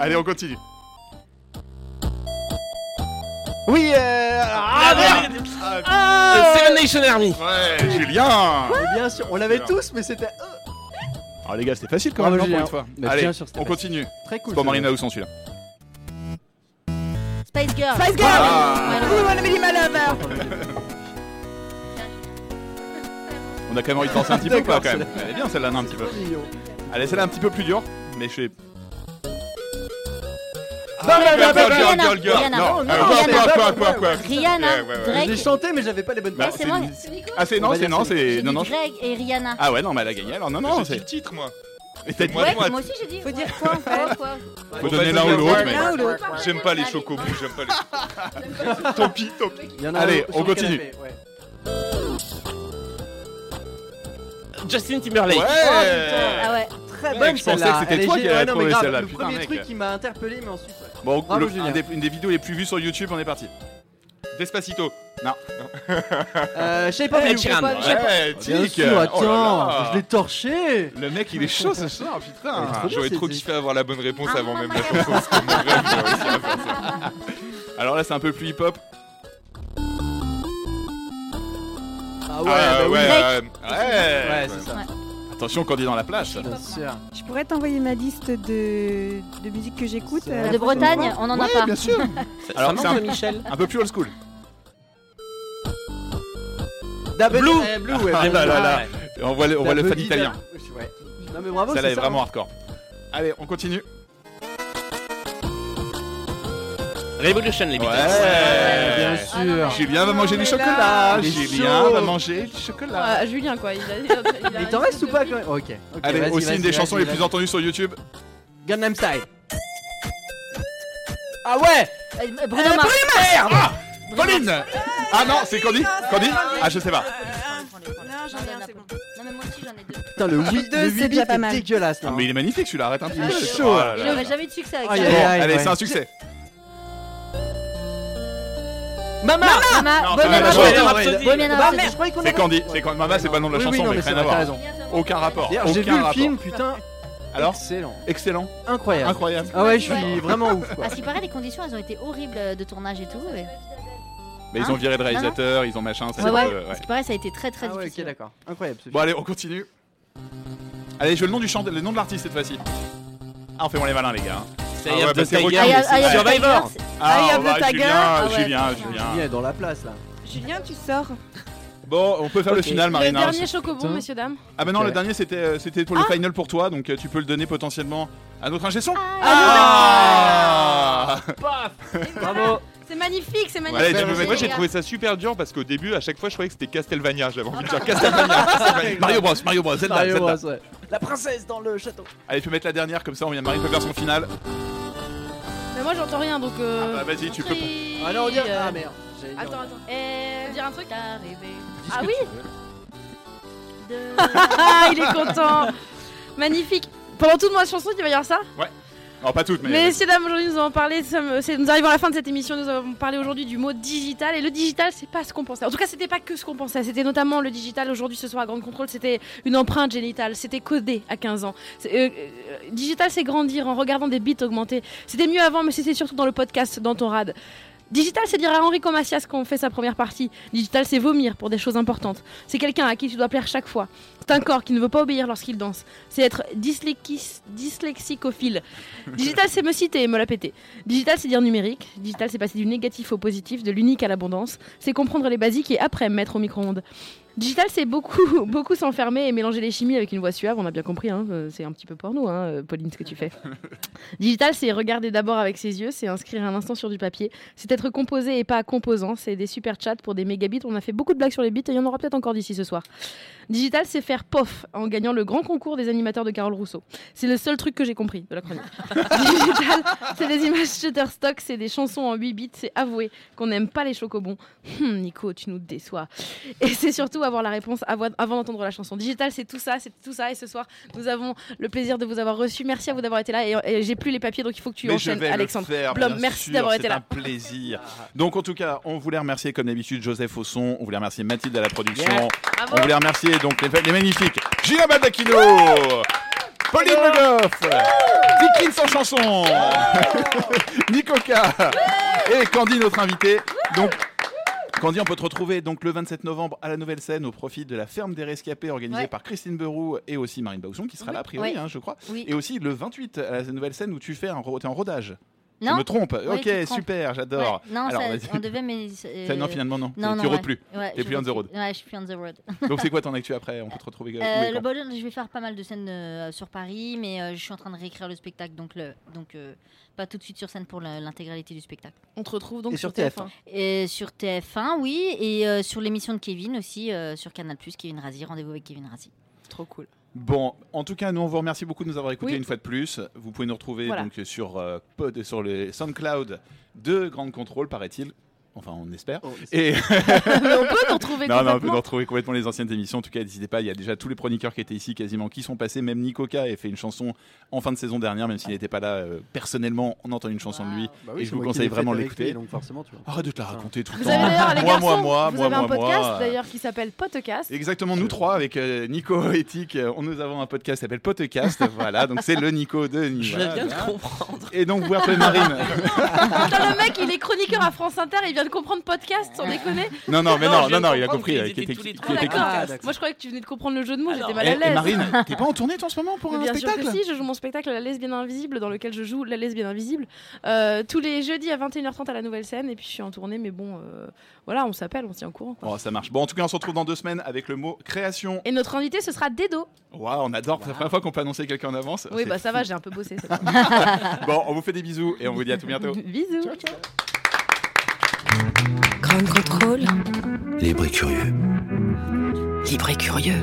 Speaker 5: Allez, on continue.
Speaker 9: <laughs> Oui, euh, ah, merde.
Speaker 12: Euh, Seven Nation Army.
Speaker 5: Ouais, Julien
Speaker 9: Mais Bien sûr, on l'avait tous, mais c'était euh,
Speaker 5: Alors Oh, les gars, c'était facile quand
Speaker 9: Bravo,
Speaker 5: même non, pour
Speaker 9: Julien.
Speaker 5: une fois.
Speaker 9: Bah,
Speaker 5: Allez,
Speaker 9: bien sûr, c'était
Speaker 5: on
Speaker 9: facile.
Speaker 5: continue.
Speaker 9: très cool.
Speaker 5: C'est pas
Speaker 9: ce
Speaker 5: Marina ou sans celui-là.
Speaker 7: Spice Girl.
Speaker 1: Spice Girl
Speaker 7: Ah.
Speaker 1: Ooh, wanna be my lover
Speaker 5: On a quand même envie de danser un petit peu ou pas
Speaker 9: D'accord,
Speaker 5: quand même Elle est bien celle-là, non, un petit peu. Allez, celle-là un petit peu plus dure, mais je suis.
Speaker 9: Oh,
Speaker 7: Rihanna,
Speaker 5: Girl, girl, girl,
Speaker 7: Rihanna,
Speaker 5: girl, girl.
Speaker 7: Rihanna,
Speaker 5: Non,
Speaker 7: oh, non,
Speaker 5: alors, Euh, quoi,
Speaker 7: Rihanna.
Speaker 5: quoi, quoi, quoi, quoi
Speaker 7: Rihanna,
Speaker 5: Ouais, ouais, ouais.
Speaker 9: jeu. Je l'ai
Speaker 7: Drake.
Speaker 9: chanté, mais j'avais pas les bonnes
Speaker 5: Bah,
Speaker 7: Ouais,
Speaker 9: passes.
Speaker 7: c'est moi.
Speaker 5: Ah, c'est non,
Speaker 9: va
Speaker 5: c'est
Speaker 9: dire
Speaker 5: non,
Speaker 9: c'est-
Speaker 5: c'est.
Speaker 7: J'ai
Speaker 5: Non,
Speaker 7: dit
Speaker 5: non, je-
Speaker 7: Drake et Rihanna.
Speaker 5: Ah ouais, non, mais elle a gagné alors, non, non,
Speaker 8: J'ai dit
Speaker 5: c'est.
Speaker 8: le titre, moi.
Speaker 5: Mais t'as dit
Speaker 8: Moi,
Speaker 7: Ouais,
Speaker 8: moi,
Speaker 7: moi aussi j'ai dit.
Speaker 1: Faut dire quoi en fait
Speaker 7: Quoi
Speaker 5: Faut donner l'un ou l'autre, mais.
Speaker 1: L'un ou l'autre
Speaker 8: J'aime pas les chocobons, j'aime pas les
Speaker 9: <laughs>
Speaker 5: <laughs> Tant pis, tant pis.
Speaker 9: Il y en a
Speaker 5: Allez,
Speaker 9: un
Speaker 5: on
Speaker 9: sur le
Speaker 5: continue.
Speaker 9: canapé, ouais.
Speaker 12: Justin Timberlake.
Speaker 9: Oh,
Speaker 7: Ah ouais.
Speaker 9: Très
Speaker 5: Mec,
Speaker 9: bonne
Speaker 5: je pensais
Speaker 9: celle-là.
Speaker 5: que c'était
Speaker 9: Elle est
Speaker 5: toi qui
Speaker 9: géniale.
Speaker 5: avais
Speaker 9: Ouais, non,
Speaker 5: trouvé
Speaker 9: mais grave,
Speaker 5: celle-là,
Speaker 9: Le
Speaker 5: putain,
Speaker 9: premier
Speaker 5: mec.
Speaker 9: truc qui m'a interpellé, mais ensuite. ouais.
Speaker 5: Bon,
Speaker 9: Bravo,
Speaker 5: le-
Speaker 9: Julien. Eh,
Speaker 5: un des- une des vidéos les plus vues sur YouTube, on est parti.
Speaker 8: Despacito.
Speaker 5: Non.
Speaker 9: Euh, je savais pas, mais je savais pas- je savais pas-
Speaker 5: Ouais,
Speaker 9: Bien
Speaker 5: tic.
Speaker 9: sûr,
Speaker 5: Oh là
Speaker 9: attends,
Speaker 5: là.
Speaker 9: je l'ai torché.
Speaker 5: Le mec, il est chaud ce soir,
Speaker 8: Ah,
Speaker 5: putain.
Speaker 8: J'aurais trop kiffé avoir la bonne
Speaker 12: Ah,
Speaker 8: réponse avant même la chanson.
Speaker 5: Alors là, c'est un peu plus hip-hop.
Speaker 9: Ah
Speaker 8: ouais, bah oui.
Speaker 5: ouais,
Speaker 8: Drake.
Speaker 5: ouais,
Speaker 8: Ouais,
Speaker 1: c'est ça. Ouais.
Speaker 5: Attention quand on est dans la plage.
Speaker 1: Je pourrais t'envoyer ma liste de, de musique que j'écoute. euh, la
Speaker 7: De
Speaker 1: prochaine
Speaker 7: Bretagne,
Speaker 1: fois.
Speaker 7: on en a pas. <laughs>
Speaker 5: bien sûr.
Speaker 12: ça marche,
Speaker 5: c'est un,
Speaker 12: Michel
Speaker 5: un peu plus old school.
Speaker 9: Dabel-
Speaker 5: Blue.
Speaker 9: eh, Blue, ouais,
Speaker 5: Ah
Speaker 9: Blue.
Speaker 5: là là là.
Speaker 9: Ouais.
Speaker 5: Et On voit le, on voit le fan
Speaker 9: Dabel-
Speaker 5: italien.
Speaker 9: Ouais. Non mais bravo,
Speaker 5: Celle-là
Speaker 9: c'est
Speaker 5: est
Speaker 9: ça.
Speaker 12: hein.
Speaker 5: vraiment hardcore. Allez, on continue.
Speaker 12: Revolution, les Beatles.
Speaker 5: Ouais,
Speaker 12: Ah,
Speaker 9: bien sûr.
Speaker 5: Julien va manger du
Speaker 6: mais là,
Speaker 5: chocolat.
Speaker 9: il est
Speaker 5: Julien
Speaker 9: chaud.
Speaker 5: va manger du chocolat.
Speaker 6: Ah, Julien, quoi. Il, a-
Speaker 9: <laughs>
Speaker 6: il a- il a-
Speaker 9: Il t'en reste ou pas quand même Ah, Ok. ok,
Speaker 5: Allez,
Speaker 9: vas-y,
Speaker 5: aussi
Speaker 9: vas-y,
Speaker 5: une des
Speaker 9: vas-y,
Speaker 5: chansons les
Speaker 9: vas-y.
Speaker 5: plus entendues sur YouTube.
Speaker 9: Gangnam Style. Ah ouais
Speaker 7: Euh, Bruno
Speaker 9: Bruno
Speaker 7: Mars.
Speaker 9: Mars.
Speaker 5: Ah Pauline Ah non, c'est Candy Candy Ah, je sais pas.
Speaker 1: Non, j'en ai un, c'est bon.
Speaker 7: Non, mais moi aussi j'en ai deux.
Speaker 9: Putain, le oui le
Speaker 1: Deux, c'est
Speaker 9: huit
Speaker 1: déjà
Speaker 9: bits
Speaker 1: pas
Speaker 9: est
Speaker 1: mal.
Speaker 9: dégueulasse.
Speaker 5: Ah, mais il est magnifique celui-là, arrête un petit
Speaker 9: Ah,
Speaker 5: peu.
Speaker 9: il est chaud.
Speaker 5: Oh là là.
Speaker 7: J'aurais jamais eu de succès avec
Speaker 9: Aïe,
Speaker 7: ça.
Speaker 9: aïe,
Speaker 5: Bon,
Speaker 9: aïe,
Speaker 5: allez,
Speaker 9: ouais.
Speaker 5: c'est un succès.
Speaker 9: Maman
Speaker 7: Maman,
Speaker 5: ça va,
Speaker 7: Bohemian
Speaker 5: la
Speaker 7: Rhapsody.
Speaker 5: chanson.
Speaker 7: Rhapsody. Bohemian
Speaker 9: Bah
Speaker 7: Rhapsody.
Speaker 9: merde, je croyais qu'on
Speaker 5: C'est
Speaker 9: avait...
Speaker 5: Candy, c'est Candy. Mama, c'est pas le nom de la
Speaker 9: Oui, oui,
Speaker 5: chanson,
Speaker 9: non,
Speaker 5: mais
Speaker 9: mais
Speaker 5: rien
Speaker 9: c'est
Speaker 5: à
Speaker 9: vrai,
Speaker 5: voir.
Speaker 9: t'as
Speaker 5: Aucun rapport.
Speaker 9: D'ailleurs, j'ai
Speaker 5: aucun
Speaker 9: vu le
Speaker 5: rapport.
Speaker 9: film, putain,
Speaker 5: Alors,
Speaker 9: excellent.
Speaker 5: excellent.
Speaker 9: Incroyable.
Speaker 5: Incroyable.
Speaker 9: Ah ouais, je suis vraiment ouf. Quoi.
Speaker 7: À ce qui paraît, les conditions elles ont été horribles euh, de tournage et tout. et-
Speaker 5: Mais ils ont viré le réalisateur, ils ont machin, c'est
Speaker 7: Ouais,
Speaker 5: un
Speaker 7: ouais.
Speaker 5: peu- ouais.
Speaker 7: À ce qui paraît, ça a été très très
Speaker 9: Ah ouais, ok,
Speaker 7: difficile.
Speaker 9: d'accord. Incroyable.
Speaker 5: Bon, allez, on continue. Allez, je veux le nom du chant, le nom de l'artiste cette fois-ci. Ah, on fait moins les malins, les gars. Ah bah,
Speaker 12: Eye of the
Speaker 5: c'est
Speaker 12: Tiger,
Speaker 5: Rocky,
Speaker 12: Eye of-
Speaker 5: c'est-
Speaker 12: Eye of the
Speaker 5: Survivor.
Speaker 12: Tiger, c'est-
Speaker 5: Ah,
Speaker 1: Eye of
Speaker 5: bah,
Speaker 1: the Tiger.
Speaker 5: Julien,
Speaker 1: Ah ouais,
Speaker 5: Julien,
Speaker 1: putain.
Speaker 5: Julien.
Speaker 9: Il est dans la place là.
Speaker 1: Julien, tu sors.
Speaker 5: Bon, on peut faire le
Speaker 12: Ok.
Speaker 5: final,
Speaker 6: Le
Speaker 5: Marina.
Speaker 6: dernier chocobon,
Speaker 9: Putain.
Speaker 6: messieurs, dames.
Speaker 5: Ah bah non, le
Speaker 9: Ouais.
Speaker 5: dernier c'était euh, c'était pour le final pour toi, donc euh, tu peux le donner potentiellement à notre ingé son. Ah
Speaker 9: Bravo.
Speaker 6: Eh ben, C'est magnifique, c'est magnifique.
Speaker 5: Allez, tu peux
Speaker 8: Moi
Speaker 5: mettre
Speaker 8: j'ai trouvé ça super dur parce qu'au début à chaque fois je croyais que c'était Castelvania, j'avais envie de dire Castelvania.
Speaker 5: Mario Bros, Mario Bros, Zelda,
Speaker 9: Mario
Speaker 5: Zelda.
Speaker 9: Bros, ouais. La princesse dans le château.
Speaker 5: Allez, tu peux mettre la dernière comme ça, on vient Marie peut faire son final.
Speaker 6: Mais moi, j'entends rien, donc. euh,
Speaker 5: Ah bah, vas-y, tu peux-
Speaker 6: tri-
Speaker 9: Ah non, on dirait.
Speaker 6: euh,
Speaker 9: Ah merde. j'ai- non.
Speaker 6: Attends, attends. Euh, dire un truc
Speaker 9: Dis ce
Speaker 6: Ah
Speaker 9: que
Speaker 6: oui
Speaker 9: tu veux. <laughs>
Speaker 6: <laughs> Ah, il est content Magnifique Pendant toute ma chanson, il va y avoir ça
Speaker 5: <laughs> Non,
Speaker 8: <laughs>
Speaker 5: pas toutes, mais
Speaker 6: Messieurs, dames, aujourd'hui, nous avons parlé, nous sommes- c'est- nous arrivons à la fin de cette émission, nous avons parlé aujourd'hui du mot digital, et le digital, c'est pas ce qu'on pensait. En tout cas, c'était pas que ce qu'on pensait, c'était notamment le digital, aujourd'hui, ce soir, à Grande Contrôle, c'était une empreinte génitale, c'était codé à 15 ans. C'est- euh, euh, digital, c'est grandir en regardant des bits augmenter. C'était mieux avant, mais c'était surtout dans le podcast, dans ton rad. Digital, c'est dire à Henri Comacias qu'on fait sa première partie. Digital, c'est vomir pour des choses importantes. C'est quelqu'un à qui tu dois plaire chaque fois. C'est un corps qui ne veut pas obéir lorsqu'il danse. C'est être dyslexis- dyslexicophile. Digital, c'est me citer et me la péter. Digital, c'est dire numérique. Digital, c'est passer du négatif au positif, de l'unique à l'abondance. C'est comprendre les basiques et après mettre au micro-ondes. Digital, c'est beaucoup, <laughs> beaucoup s'enfermer et mélanger les chimies avec une voix suave. On a bien compris, hein, euh, c'est un petit peu porno, hein, euh, Pauline, ce que tu fais. Digital, c'est regarder d'abord avec ses yeux, c'est inscrire un instant sur du papier, c'est être composé et pas composant, c'est des super chats pour des mégabits. On a fait beaucoup de blagues sur les bits et il y en aura peut-être encore d'ici ce soir. Digital, c'est faire pof en gagnant le grand concours des animateurs de Carole Rousseau. C'est le seul truc que j'ai compris de la chronique. Digital, <laughs> c'est des images Shutterstock, c'est des chansons en 8 bits, c'est avouer qu'on n'aime pas les chocobons. Hum, Nico, tu nous déçois. Et c'est surtout avoir la réponse avo- avant d'entendre la chanson. Digital, c'est tout ça, c'est tout ça. Et ce soir, nous avons le plaisir de vous avoir reçu. Merci à vous d'avoir été là. Et, et j'ai plus les papiers, donc il faut que tu
Speaker 5: Mais je
Speaker 6: enchaînes,
Speaker 5: vais
Speaker 6: Alexandre.
Speaker 5: le faire,
Speaker 6: Blom,
Speaker 5: bien
Speaker 6: merci
Speaker 5: sûr,
Speaker 6: d'avoir été
Speaker 5: c'est
Speaker 6: là.
Speaker 5: un plaisir. Donc en tout cas, on voulait remercier comme d'habitude Joseph Ausson, on voulait remercier Mathilde à la production,
Speaker 6: Yeah.
Speaker 5: on
Speaker 6: Bravo.
Speaker 5: voulait remercier donc les, les magnifiques Gina Baldacchino, Pauline Le Goff, Dickens en chanson, Nico K et Candy notre invité. Donc Candy, on peut te retrouver donc le 27 novembre à la Nouvelle Seine au profit de la ferme des rescapés organisée
Speaker 7: Ouais.
Speaker 5: par Christine Beroux et aussi Marine Bausson qui sera là a priori,
Speaker 7: Ouais.
Speaker 5: hein, je crois.
Speaker 7: Oui.
Speaker 5: Et aussi le 28 à la Nouvelle Seine où tu fais un, ro- t'es en rodage.
Speaker 7: Non
Speaker 5: Je me trompe.
Speaker 7: Oui,
Speaker 5: ok,
Speaker 7: tu te trompes.
Speaker 5: super, j'adore.
Speaker 7: Ouais. Non,
Speaker 5: Alors,
Speaker 7: ça-
Speaker 5: vas-y.
Speaker 7: on devait, mais. euh,
Speaker 5: Ça, non, finalement, non.
Speaker 7: Non,
Speaker 5: Tu
Speaker 7: non,
Speaker 5: rôdes
Speaker 7: ouais.
Speaker 5: plus.
Speaker 7: Ouais,
Speaker 5: T'es
Speaker 7: je
Speaker 5: plus on
Speaker 7: rôde
Speaker 5: the road.
Speaker 7: plus. Ouais, je suis on the road.
Speaker 5: <laughs> Donc, c'est quoi ton actu après On peut te retrouver. où et
Speaker 7: Euh, le
Speaker 5: quand
Speaker 7: ballon, je vais faire pas mal de scènes euh, sur Paris, mais euh, je suis en train de réécrire le spectacle, donc, le, donc euh, pas tout de suite sur scène pour la- l'intégralité du spectacle.
Speaker 6: On te retrouve donc
Speaker 9: Et sur
Speaker 6: sur TF1.
Speaker 7: Et sur TF1, oui, et euh, sur l'émission de Kevin aussi, euh, sur Canal+, Kevin Razi, rendez-vous avec Kevin Razi.
Speaker 6: Trop cool.
Speaker 5: Bon, en tout cas, nous on vous remercie beaucoup de nous avoir écoutés
Speaker 6: Oui.
Speaker 5: une fois de plus. Vous pouvez nous retrouver
Speaker 6: Voilà.
Speaker 5: donc sur euh, Pod, sur le SoundCloud de Grande Contrôle, paraît-il. Enfin, on espère.
Speaker 6: Mais on
Speaker 5: <laughs>
Speaker 6: peut en retrouver
Speaker 5: Non, non, on peut
Speaker 6: complètement.
Speaker 5: en retrouver complètement les anciennes émissions. En tout cas, n'hésitez pas. Il y a déjà tous les chroniqueurs qui étaient ici quasiment qui sont passés. Même Nico K a fait une chanson en fin de saison dernière, même s'il n'était pas là euh, personnellement. On entend une chanson de lui.
Speaker 9: Ah. Bah oui,
Speaker 5: et
Speaker 9: c'est
Speaker 5: je vous
Speaker 9: moi qui
Speaker 5: conseille
Speaker 9: l'ai faite
Speaker 5: vraiment de
Speaker 9: avec lui,
Speaker 5: l'écouter.
Speaker 9: donc forcément, tu vois.
Speaker 5: Arrête de te la raconter tout le
Speaker 6: Vous
Speaker 5: temps.
Speaker 6: avez d'ailleurs, les
Speaker 5: moi,
Speaker 6: garçons,
Speaker 5: moi, moi,
Speaker 6: vous
Speaker 5: moi,
Speaker 6: avez un
Speaker 5: moi,
Speaker 6: podcast
Speaker 5: moi.
Speaker 6: d'ailleurs qui s'appelle Podcast.
Speaker 5: Exactement, nous trois avec euh, Nico Éthique, euh, on- nous avons un podcast qui s'appelle Podcast. voilà, donc c'est le Nico de Nico.
Speaker 12: Je viens de comprendre.
Speaker 5: Et donc, vous appelez Marine.
Speaker 6: Attends, le mec, il est chroniqueur à France Inter, il vient de comprendre Podcast,
Speaker 5: <laughs>
Speaker 6: sans déconner.
Speaker 5: Non, non, mais
Speaker 12: Non,
Speaker 5: non,
Speaker 12: je viens
Speaker 5: non,
Speaker 12: de
Speaker 5: non, il a
Speaker 12: comprendre
Speaker 5: compris.
Speaker 12: qu'ils
Speaker 5: euh,
Speaker 12: étaient
Speaker 5: qui
Speaker 12: tous
Speaker 5: était-
Speaker 12: les
Speaker 5: qui
Speaker 6: Ah,
Speaker 5: était-
Speaker 6: d'accord. Moi, je croyais que tu venais de comprendre le jeu de mots, j'étais mal
Speaker 5: Eh,
Speaker 6: à
Speaker 5: eh,
Speaker 6: l'aise. <laughs>
Speaker 5: Marine, t'es pas en tournée toi, en ce moment pour
Speaker 6: Mais
Speaker 5: un
Speaker 6: bien
Speaker 5: spectacle
Speaker 6: sûr que si, je joue mon spectacle La Lesbienne Invisible, dans lequel je joue La Lesbienne Invisible, euh, tous les jeudis à 21h30 à la Nouvelle Scène, et puis je suis en tournée, mais bon, euh, voilà, on s'appelle, on se tient au courant.
Speaker 5: Oh, ça marche. Bon, en tout cas, on se retrouve dans deux semaines avec le mot création.
Speaker 6: Et notre invité, ce sera Dedo.
Speaker 5: Waouh, on adore. C'est la première fois qu'on peut annoncer quelqu'un en avance.
Speaker 6: Oui,
Speaker 5: C'est
Speaker 6: bah ça va,
Speaker 5: fou.
Speaker 6: j'ai un peu
Speaker 5: <laughs>
Speaker 6: bossé. c'est bon.
Speaker 5: Bon, on vous fait des bisous et on vous dit à tout bientôt.
Speaker 6: Bisous.
Speaker 14: Grand contrôle.
Speaker 2: Libre et curieux.
Speaker 14: Libre et curieux.